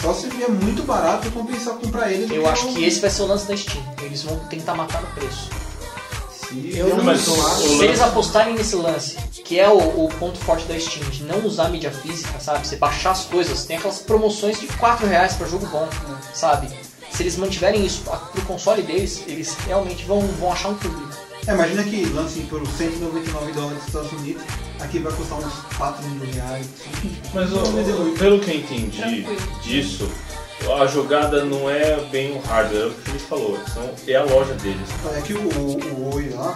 Só se vier muito barato e compensar comprar ele. do
Eu acho
um-
que esse vai ser o lance da Steam. Eles vão tentar matar o preço.
Se
Eu
eu
não
não
Mas o, o
Se eles
lance-
apostarem nesse lance, que é o, o ponto forte da Steam, de não usar mídia física, sabe? Você baixar as coisas, tem aquelas promoções de 4 reais pra jogo bom, sabe? Se eles mantiverem isso pra- pro console deles, eles realmente vão, vão achar um público.
É, imagina que lancem por 199 dólares nos Estados Unidos, aqui vai custar uns 4 mil reais.
Mas ó, pelo que eu entendi disso, a jogada não é bem o hardware, é o que ele falou, são- é a loja deles.
É que o, o, o Oi lá.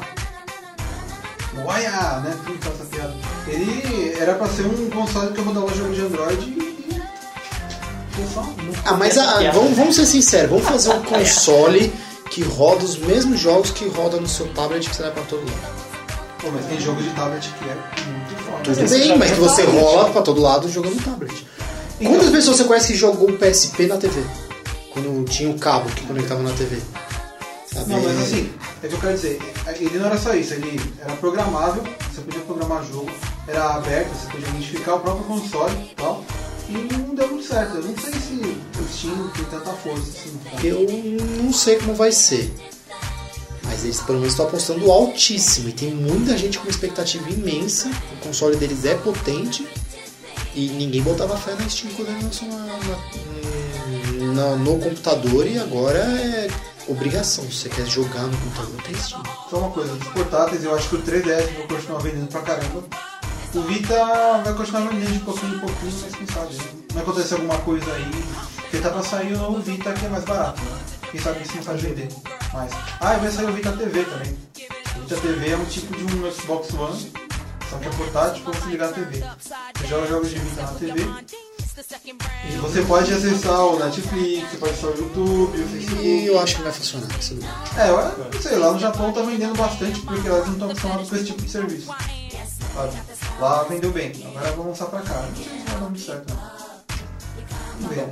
O Oia, né? Como faz essa piada? Ele era pra ser um console que eu rodava jogo de Android e. e só.
Ah, mas a- vamos, vamos ser sinceros, vamos fazer um console que roda os mesmos jogos que roda no seu tablet que você leva pra todo lado.
Pô, mas tem jogo de tablet que é muito foda.
Tudo bem, mas que você rola pra todo lado jogando tablet.
Então.
Quantas pessoas você conhece que jogou o PSP na TV? Quando tinha o cabo que conectava na TV? Sabe?
Não, mas assim, é o que eu quero dizer, ele não era só isso, ele era programável, você podia programar jogo, era aberto, você podia identificar o próprio console e tal, e não deu muito certo. Eu não sei se o Steam tem tanta força assim. cara.
Eu não sei como vai ser. Mas eles pelo menos estão apostando altíssimo. E tem muita gente com uma expectativa imensa. O console deles é potente. E ninguém botava fé na Steam quando ele lançou na- na- um, na- no computador. E agora é obrigação. Se você quer jogar no computador, tem Steam.
Só uma coisa, dos portáteis, eu acho que o 3DS eu vou continuar vendendo pra caramba. O Vita vai continuar vendendo de pouquinho em pouquinho, mas quem sabe, né? vai acontecer alguma coisa aí, porque tá pra sair o novo Vita que é mais barato, né? Quem sabe isso não faz vender mais. Ah, e vai sair o Vita TV também. O Vita TV é um tipo de um Xbox One, só que é portátil pra você ligar a TV. Você joga jogos de Vita na TV, e você pode acessar o Netflix, você pode acessar o YouTube, o Facebook...
E eu acho que vai funcionar. Isso não.
É, eu não sei, lá no Japão tá vendendo bastante porque elas não estão acostumadas com esse tipo de serviço. Sabe? Lá vendeu bem, agora eu vou lançar pra cá. Não sei se vai dar muito certo. não. Vamos ver.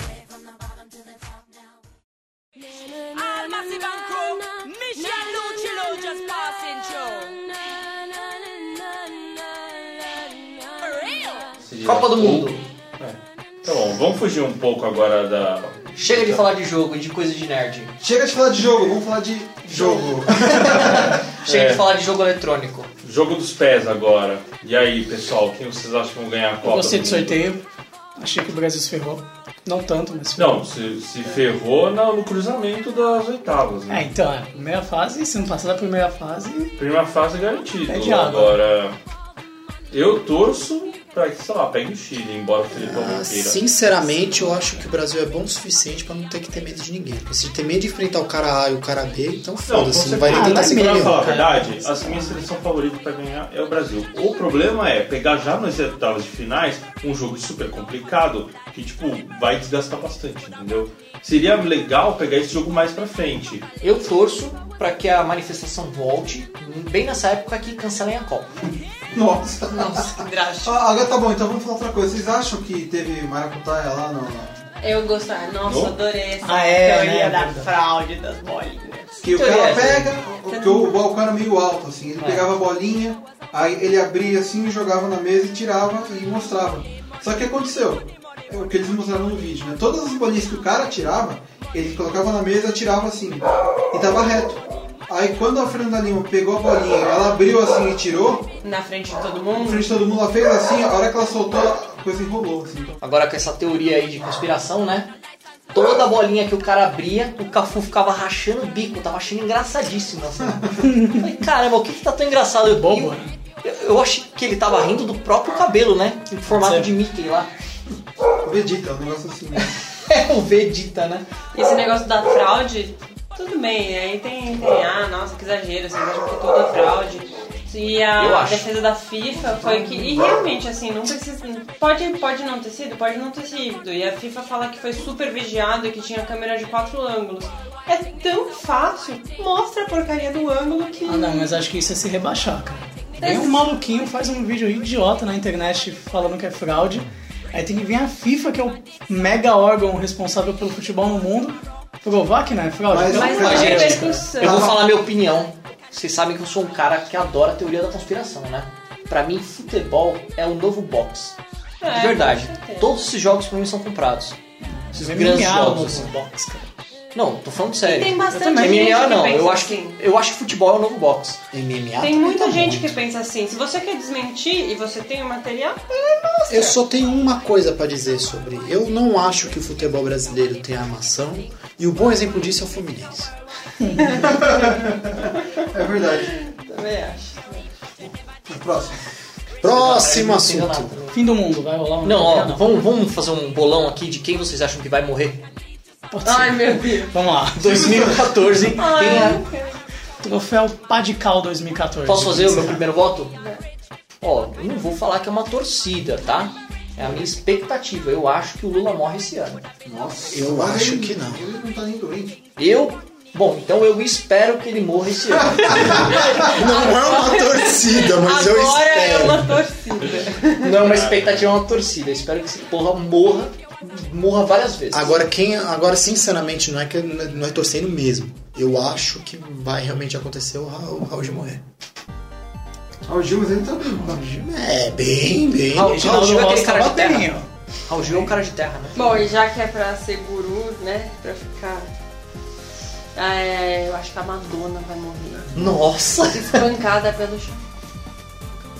Al Massive and Crew, Michel Lucilo just passing through. For real.
Copa do Mundo.
Tá bom, vamos fugir um pouco agora da.
Chega de falar de jogo e de coisa de nerd.
Chega de falar de jogo, vamos falar de jogo. [laughs]
Chega
É.
de falar de jogo né? eletrônico.
Jogo dos pés agora. E aí, pessoal, quem vocês acham que vão ganhar a Copa?
Eu gostei
do
do
Mundo?
sorteio. Achei que o Brasil se ferrou. Não tanto, mas se ferrou.
Não, se, se ferrou na- no cruzamento das oitavas,
É,
né?
então, é. Primeira fase, se não passar da primeira fase,
Primeira fase é garantido.
É de água.
agora, eu torço pra que, sei lá, pegue o Chile, embora o Filipão não
Ah,
queira.
sinceramente, eu acho que o Brasil é bom o suficiente pra não ter que ter medo de ninguém. Porque se ter medo de enfrentar o cara A e o cara B, então foda-se, não,
com
vai nem
certeza.
tentar
Ah,
se
mas
Pra
Brasil,
falar
ganhar.
a
cara.
verdade, a minha seleção favorita pra ganhar é o Brasil. O problema é pegar já nas oitavas de finais um jogo super complicado que, tipo, vai desgastar bastante, entendeu? Seria legal pegar esse jogo mais pra frente.
Eu torço pra que a manifestação volte bem nessa época que cancelem a Copa.
Nossa.
Nossa, que drástico.
Ah, agora tá bom, então vamos falar outra coisa. Vocês acham que teve maracutaia lá no.
Eu gostava. Nossa,
Oh.
No?
adorei essa
Ah, é,
teoria
né?
da
Verdade.
fraude das bolinhas.
Que o
Teoria
cara
essa,
pega, o- que o balcão era meio alto, assim, ele
É.
pegava a bolinha, aí ele abria assim, jogava na mesa e tirava e mostrava. Só que aconteceu, é o que eles mostraram no vídeo, né? Todas as bolinhas que o cara tirava, ele colocava na mesa, tirava assim, e tava reto. Aí quando a Fernanda Lima pegou a bolinha, ela abriu assim e tirou,
Na frente de todo
na
mundo.
frente de todo mundo, ela fez assim, a hora que ela soltou, a coisa enrolou, assim. Então,
Agora com essa teoria aí de conspiração, né? Toda bolinha que o cara abria, o Cafu ficava rachando o bico, tava achando engraçadíssimo. Assim. Eu Falei, caramba, o que que tá tão engraçado? Eu,
Bobo.
eu, eu achei que ele tava rindo do próprio cabelo, né? Em formato
Sim.
de Mickey lá. [laughs]
Vegeta, um negócio assim. né?
É o Vegeta, né?
Esse negócio da fraude, tudo bem, né? aí tem, tem ah, nossa, que exagero, vocês acham que tudo é fraude. E
Eu
a
acho.
defesa da FIFA foi que. E realmente, assim, não precisa. Pode, pode não ter sido, pode não ter sido. E a FIFA fala que foi super vigiado e que tinha câmera de quatro ângulos. É tão fácil, mostra a porcaria do ângulo que.
Ah, não, mas acho que isso é se rebaixar, cara. Vem um maluquinho, faz um vídeo idiota na internet falando que é fraude. Aí tem que vir a FIFA, que é o mega órgão responsável pelo futebol no mundo, provar que não é fraude.
Mas-
Pelo
Mas
amor
não
de
é
Deus, cara.
repercussão.
Eu vou falar minha opinião. Vocês sabem que eu sou um cara que adora a teoria da conspiração, né? Pra mim, futebol é o novo boxe.
É,
de verdade.
com certeza.
Todos esses jogos pra mim são comprados. Esses
Vai
grandes
miar
jogos,
no
assim.
box, cara.
Não, tô falando sério.
Tem bastante
MMA
gente que
não,
pensa
eu acho, que-
assim.
eu acho que futebol é o novo boxe.
MMA.
Tem
também
muita
tá
gente
muito.
que pensa assim, se você quer desmentir e você tem o material,
Eu só tenho uma coisa pra dizer sobre. Eu não acho que o futebol brasileiro tenha armação. E o bom exemplo disso é o Fluminense.
É verdade.
também acho.
Próximo.
Próximo
tá Não entendo
assunto.
nada.
Fim do mundo, vai rolar um
Não, ó,
Ah,
vamos, vamos fazer um bolão aqui de quem vocês acham que vai morrer.
Pode ser.
Ai meu
[laughs]
Deus.
Vamos lá.
2014, hein? Quem é?
Troféu Padical 2014.
Posso fazer o meu primeiro voto?
É.
Ó, eu não vou falar que é uma torcida, tá? É a minha expectativa. Eu acho que o Lula morre esse ano.
Nossa.
Eu
Mas
acho
ele-
que não.
Ele não tá nem doente.
Eu. Bom, então eu espero que ele morra esse [laughs] ano.
Não é uma torcida, mas eu
Agora é
espero.
uma torcida.
Não é uma expectativa, é uma torcida. Eu espero que esse porra morra, morra várias vezes.
Agora, quem, agora, sinceramente, não é que não é torcendo mesmo. Eu acho que vai realmente acontecer o Ra- o Raul de morrer.
Ah, o Gil, mas ele tá bem.
É, bem, bem.
Raul-
bem.
Raul Gil é
Reginaldo
aquele
Rossi
cara
tá
de terra.
batendo.
Raul Gil é um cara de terra, né?
Bom, e já que é pra ser guru, né? Pra ficar. É, eu acho que a Madonna vai morrer.
Nossa!
Espancada pelo, é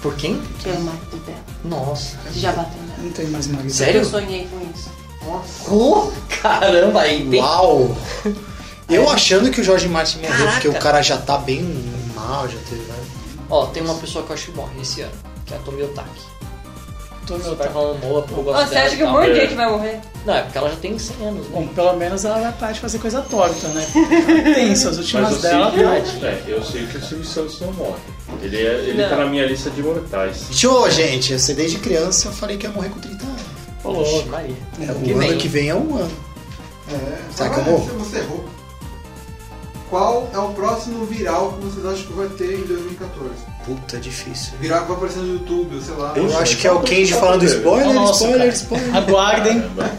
Por quem?
pelo marido dela.
Nossa.
Já bateu nela.
Não tem mais marido.
Sério?
Eu sonhei com isso.
Oh, [laughs] caramba, aí tem.
Uau! Eu achando que o Jorge Martin morreu,
Caraca.
porque o cara já tá bem mal, já teve. né?
Ó, tem uma pessoa que eu acho que morre esse ano, que é a Tomi Otaki.
Tô meu
Meu pai falando boa, porque eu gosto
Ó, você
dela
acha
e
que um
tal.
monte de gente vai morrer?
Não, é porque ela já tem 100 anos, né?
Bom, pelo menos ela vai parar de fazer coisa
[laughs]
torta, né? Tem suas
Mas
últimas né?
eu sei,
dela,
que,
pode.
o- é, eu sei que o Silvio Santos não morre. Ele, é, ele
Não.
tá na minha lista de mortais.
Show, gente. Eu sei desde criança eu falei que ia morrer com 30 anos.
Ô, louco.
Maria.
É, o
Que
ano
bem.
que vem é um ano.
É.
Será que eu
agora
morro?
Você errou. Qual é o próximo viral que vocês acham que vai ter em 2014?
Puta, difícil.
Viral que vai aparecer no YouTube, ou sei lá.
Eu
Puxa,
acho que é o
só-
Kenji
só
falando
poder.
spoiler,
Nossa,
spoiler,
cara.
spoiler.
Aguardem.
Caramba.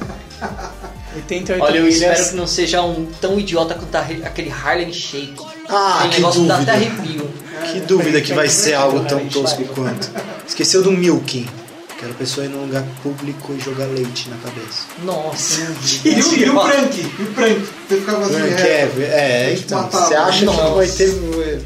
88
Olha, eu
milhas.
espero que não seja um tão idiota quanto a- aquele Harlem Shake.
Ah,
Aquele
que
negócio dá até
dúvida.
arrepio.
Que dúvida que vai ser algo tão
Realmente,
tosco
vai.
quanto. Esqueceu do milking. Que era a pessoa ir num lugar público e jogar leite na cabeça. [laughs]
Nossa.
E o, e o prank? E o prank? Você ficava assim,
Frank,
é. tipo,
é, é, então.
Matava.
Você acha
Nossa.
que vai ter.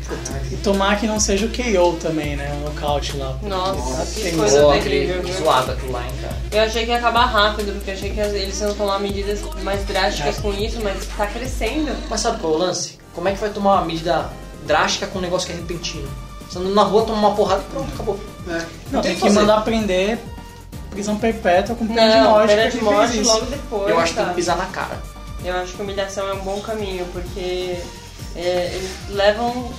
E tomar que não seja o KO também, né? O nocaute lá.
Nossa, que
tem
coisa
Pô,
terrível.
aquele
viu?
zoado aquilo lá, hein, cara.
Eu achei que ia acabar rápido, porque eu achei que eles iam tomar medidas mais drásticas com isso, mas tá crescendo.
Mas sabe qual é o lance? Como é que vai tomar uma medida drástica com um negócio que é repentino? Você andando na rua, toma uma porrada e pronto, acabou.
né?
tem o
Não, tem
que
que
fazer.
mandar prender prisão perpétua com pena de
Não,
morte.
pena
porque
de
fez
morte
isso.
logo depois.
Eu acho que tem que
sabe?
pisar na cara.
Eu acho que humilhação é um bom caminho, porque é, eles levam.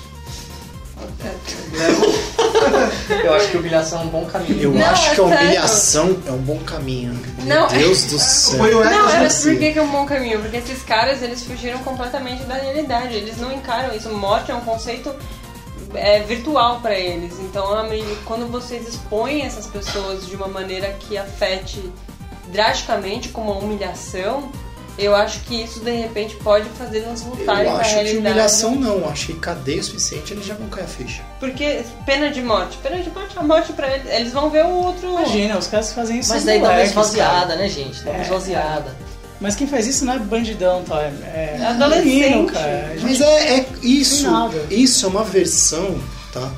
Eu acho que humilhação é um bom
Eu
caminho.
Não,
acho
é
que a
sério.
humilhação é um bom caminho. Meu
Não, é-
Deus do céu.
Foi o
Não, era
Eccles
por que que é um bom caminho? Porque esses caras eles fugiram completamente da realidade, eles não encaram isso. Morte é um conceito é, virtual pra eles. Então, a me- quando vocês expõem essas pessoas de uma maneira que afete drasticamente, como a humilhação, eu acho que isso de repente pode fazer elas voltarem
Eu
pra
acho
realidade.
que humilhação não. Acho que cadeia o suficiente eles já vão cair a ficha.
Porque pena de morte, pena de morte, a morte pra eles, eles vão ver o outro.
Imagina, os caras que fazem isso.
Mas
são
daí dá uma
moleques, cara.
esvaziada, né, gente? Dá uma
É.
esvaziada.
Mas quem faz isso não é bandidão, tá? É,
É adolescente.
menino, cara.
Mas é, é isso.
Tem nada.
Isso é uma versão, tá?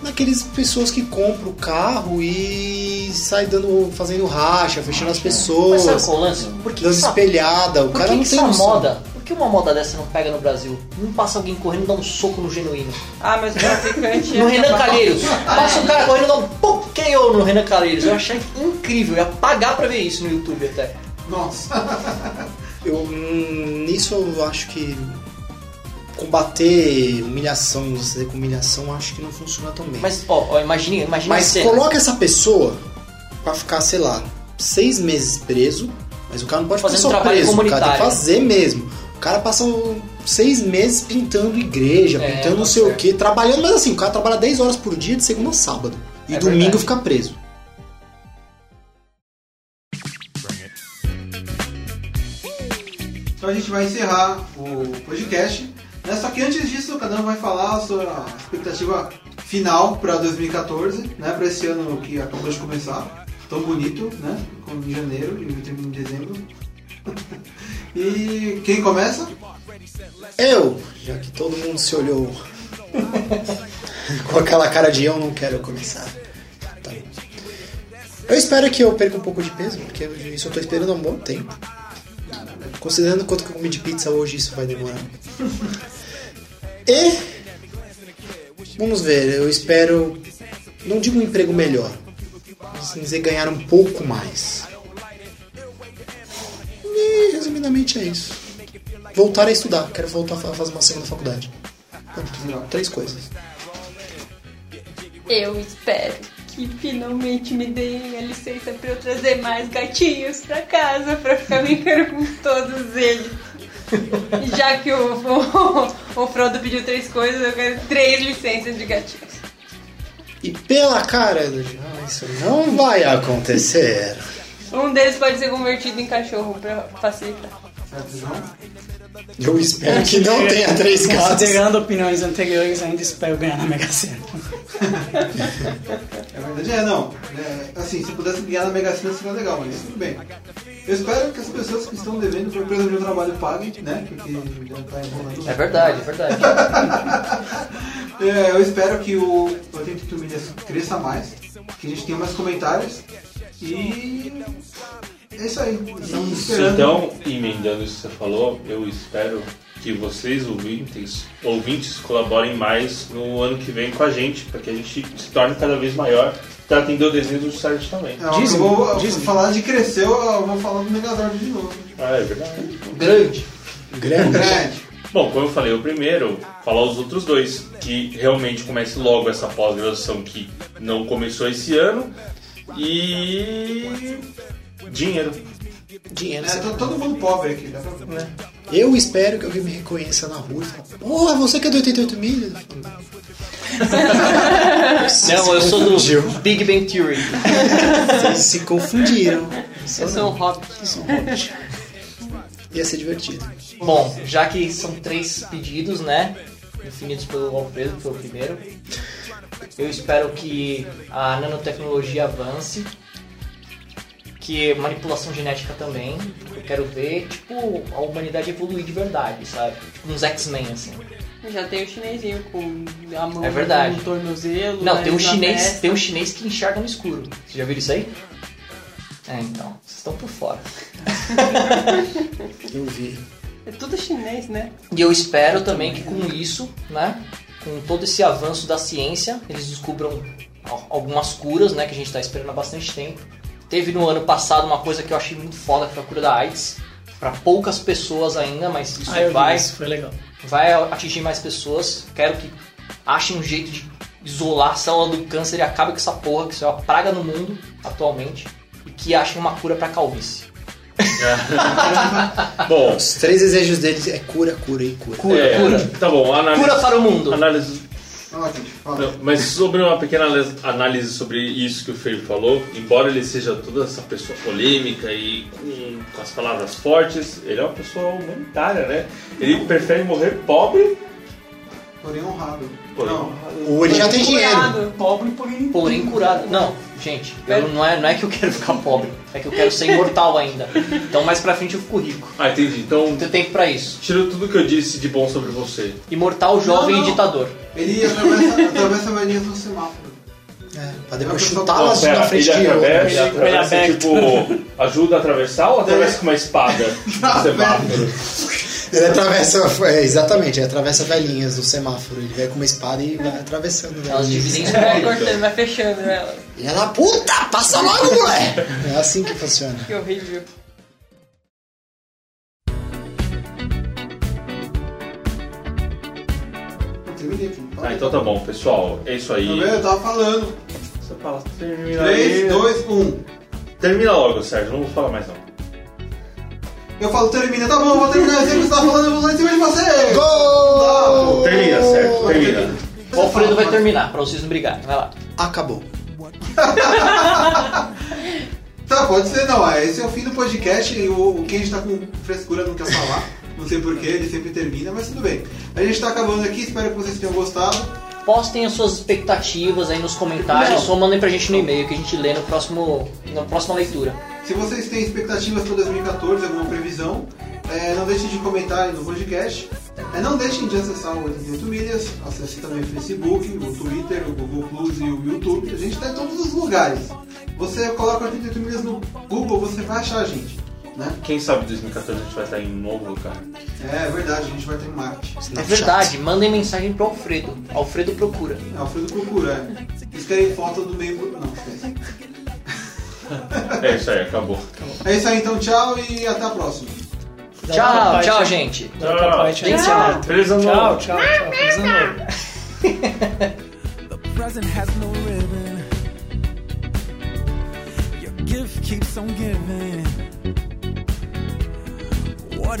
naqueles pessoas que compram o carro e sai dando, fazendo racha, fechando as
Mas
pessoas,
sabe qual é o lance? Por que
dando
essa-
espelhada. O
Por
cara
que,
não
que
tem
essa
noção.
moda? Por que uma moda dessa não pega no Brasil? Não passa alguém correndo e dá um soco no genuíno.
Ah, mas o traficante. é
No Renan Calheiros. Passa um cara correndo e dá um pum, KO no Renan Calheiros. Eu achei incrível. Eu ia pagar pra ver isso no YouTube até.
Nossa.
Eu, hum, nisso eu acho que combater humilhação, você com humilhação, eu acho que não funciona tão bem.
Mas, ó, ó imagine, imagine a
Mas
cena.
coloca essa pessoa pra ficar, sei lá, seis meses preso, mas o cara não pode
Fazendo
ficar só
trabalho
preso, o cara tem que
comunitário.
fazer mesmo. O cara passa um- seis meses pintando igreja,
É,
pintando
tá
não sei o
certo.
que, trabalhando, mas assim, o cara trabalha 10 horas por dia de segunda a sábado. E
É
domingo
verdade.
fica preso.
Então a gente vai encerrar o podcast. Né? Só que antes disso, cada um vai falar a sua expectativa final para 2014, né? para esse ano que acabou de começar. Tão bonito, né? Como em janeiro e termina em dezembro. [laughs] e quem começa?
Eu, já que todo mundo se olhou com aquela cara de eu não quero começar. Tá bom. Eu espero que eu perca um pouco de peso, porque isso eu tô esperando há um bom tempo. Considerando quanto que eu comi de pizza hoje, isso vai demorar. E vamos ver, eu espero não digo um emprego melhor, mas vamos dizer ganhar um pouco mais. E resumidamente é isso. Voltar a estudar, quero voltar a fazer uma segunda faculdade. Pronto, três coisas.
Eu espero que finalmente me deem a licença pra eu trazer mais gatinhos pra casa pra ficar brincando com todos eles. E Já que o, o, o Frodo pediu três coisas, eu quero três licenças de gatinhos.
E pela cara do Jean, isso não vai acontecer.
Um deles pode ser convertido em cachorro pra facilitar.
Certo, João?
Eu espero que não tenha três casas.
Considerando opiniões anteriores, ainda espero ganhar na Mega Sena.
É verdade, é, não. É, assim, se pudesse ganhar na Mega Sena seria legal, mas tudo bem. Eu espero que as pessoas que estão devendo por empresa de trabalho paguem, né? Porque não tá enrolando.
É verdade, é verdade.
É, eu espero que o 82 Milhas cresça mais, que a gente tenha mais comentários. E é isso aí. Estamos esperando.
Então, emendando isso que você falou, eu espero que vocês, ouvintes, ouvintes colaborem mais no ano que vem com a gente, para que a gente se torne cada vez maior, para atender o desenho do site também.
É, eu vou eu vou falar de crescer, eu vou falar do Megazord de novo.
Ah, é verdade.
Grande.
Grande.
É.
Grande.
Bom, como eu falei, o primeiro, falar os outros dois, que realmente comece logo essa pós-graduação que não começou esse ano, e... dinheiro.
Dinheiro. né?
É, tô todo mundo pobre aqui, dá pra ver.
É.
Eu espero que alguém me reconheça na rua e fale, porra, você que é do
[laughs]
88 milhas?
Não, eu sou
Gil.
do Big Bang Theory.
Vocês se confundiram.
Eu sou um Hobbit.
Ia ser divertido.
Bom, já que são três pedidos, né? Definidos pelo Alfredo, que foi o primeiro. Eu espero que a nanotecnologia avance. Que manipulação genética também. Eu quero ver, tipo, a humanidade evoluir de verdade, sabe? Tipo uns X-Men, assim.
Já tem o chinesinho com a mão
É verdade.
no tornozelo.
Não,
né,
tem um,
na
chinês,
testa.
tem um chinês que enxerga no escuro. Vocês já viram isso aí? É, então. Vocês estão por fora.
Eu vi.
É tudo chinês, né?
E eu espero também que com isso, né, com todo esse avanço da ciência, eles descubram al- algumas curas, né, que a gente está esperando há bastante tempo. Teve no ano passado uma coisa que eu achei muito foda, que foi a cura da AIDS, para poucas pessoas ainda, mas isso
Ah, eu vi
vai
isso, foi legal.
vai atingir mais pessoas. Quero que achem um jeito de isolar a célula do câncer e acabe com essa porra, que isso é uma praga no mundo atualmente, e que achem uma cura para calvície.
Bom,
Os três desejos deles é cura, cura e cura.
Cura,
é,
cura.
tá bom, análise,
Cura para o mundo.
análise
Fala, gente, fala.
Não, mas sobre uma pequena anas- análise sobre isso que o Fer falou, embora ele seja toda essa pessoa polêmica e com, com as palavras fortes, ele é uma pessoa humanitária, né? Ele prefere morrer pobre.
Porém honrado.
Porém
Não,
Ou ele já tem dinheiro.
Curado.
Pobre, porém.
Porém curado. Não, Gente, eu, não, é, não é que eu quero ficar pobre, é que eu quero ser imortal ainda. Então mais pra frente eu fico rico.
Ah, entendi. Então,
Não tem tempo pra isso.
tira tudo que eu disse de bom sobre você.
Imortal, jovem
não.
e ditador.
Ele atravessa, [laughs] atravessa a varinha no semáforo.
É, pra depois
Não,
chutá-las
Não, pera,
na frente
Então, ele
de
atravessa,
outro.
ele atravessa,
aberto.
tipo, ajuda a atravessar ou atravessa com uma espada? no semáforo?
Ele atravessa, é, exatamente, ele atravessa velhinhas no semáforo. Ele vai com uma espada e vai atravessando
Elas
velhinhas.
dividem
Vai
escola.
cortando, vai fechando ela.
Filha da puta, passa logo, moleque! É assim que funciona.
Que horrível.
Eu terminei aqui. não
Ah,
parei.
então tá bom, pessoal. É isso aí.
Tá vendo? Eu tava falando. um.
Você fala, termina
3,
aí.
2, 1.
Termina logo, Sérgio. Não vou falar mais não.
Eu falo, termina, tá bom, vou terminar assim que você tava falando, eu vou lá em cima de Tá. você!
Gol!
Termina, Sérgio. Termina.
O Alfredo vai terminar, pra vocês não brigarem. Vai lá.
Acabou.
Tá, pode ser, não. é, Esse é o fim do podcast e o, o Kenji tá com frescura, não quer falar. Não sei porquê, ele sempre termina, mas tudo bem. A gente tá acabando aqui, espero que vocês tenham gostado.
Postem as suas expectativas aí nos comentários,
Não.
só mandem pra gente no e-mail que a gente lê no próximo, na próxima leitura.
Se vocês têm expectativas para 2014, alguma previsão, é, não deixem de comentar aí no podcast. É, não deixem de acessar o 88 Milhas, acesse também o Facebook, o Twitter, o Google Plus e o YouTube. A gente está em todos os lugares. Você coloca 88 Milhas no Google, você vai achar a gente. Né?
Quem sabe 2014 a gente vai estar em um novo lugar.
É verdade, a gente vai ter Marte.
É verdade, mandem mensagem pro Alfredo. Alfredo procura.
É, Alfredo procura. é. Eles querem foto do meio. Não, esquece.
É isso aí, acabou.
É isso aí, então tchau e até a próxima.
Tchau, tchau, gente.
Da outra
Tchau.
parte aí.
Tchau.
Feliz ano novo.
Tchau, tchau, tchau. Feliz ano novo.
The present has no ribbon. Your gift keeps on giving. What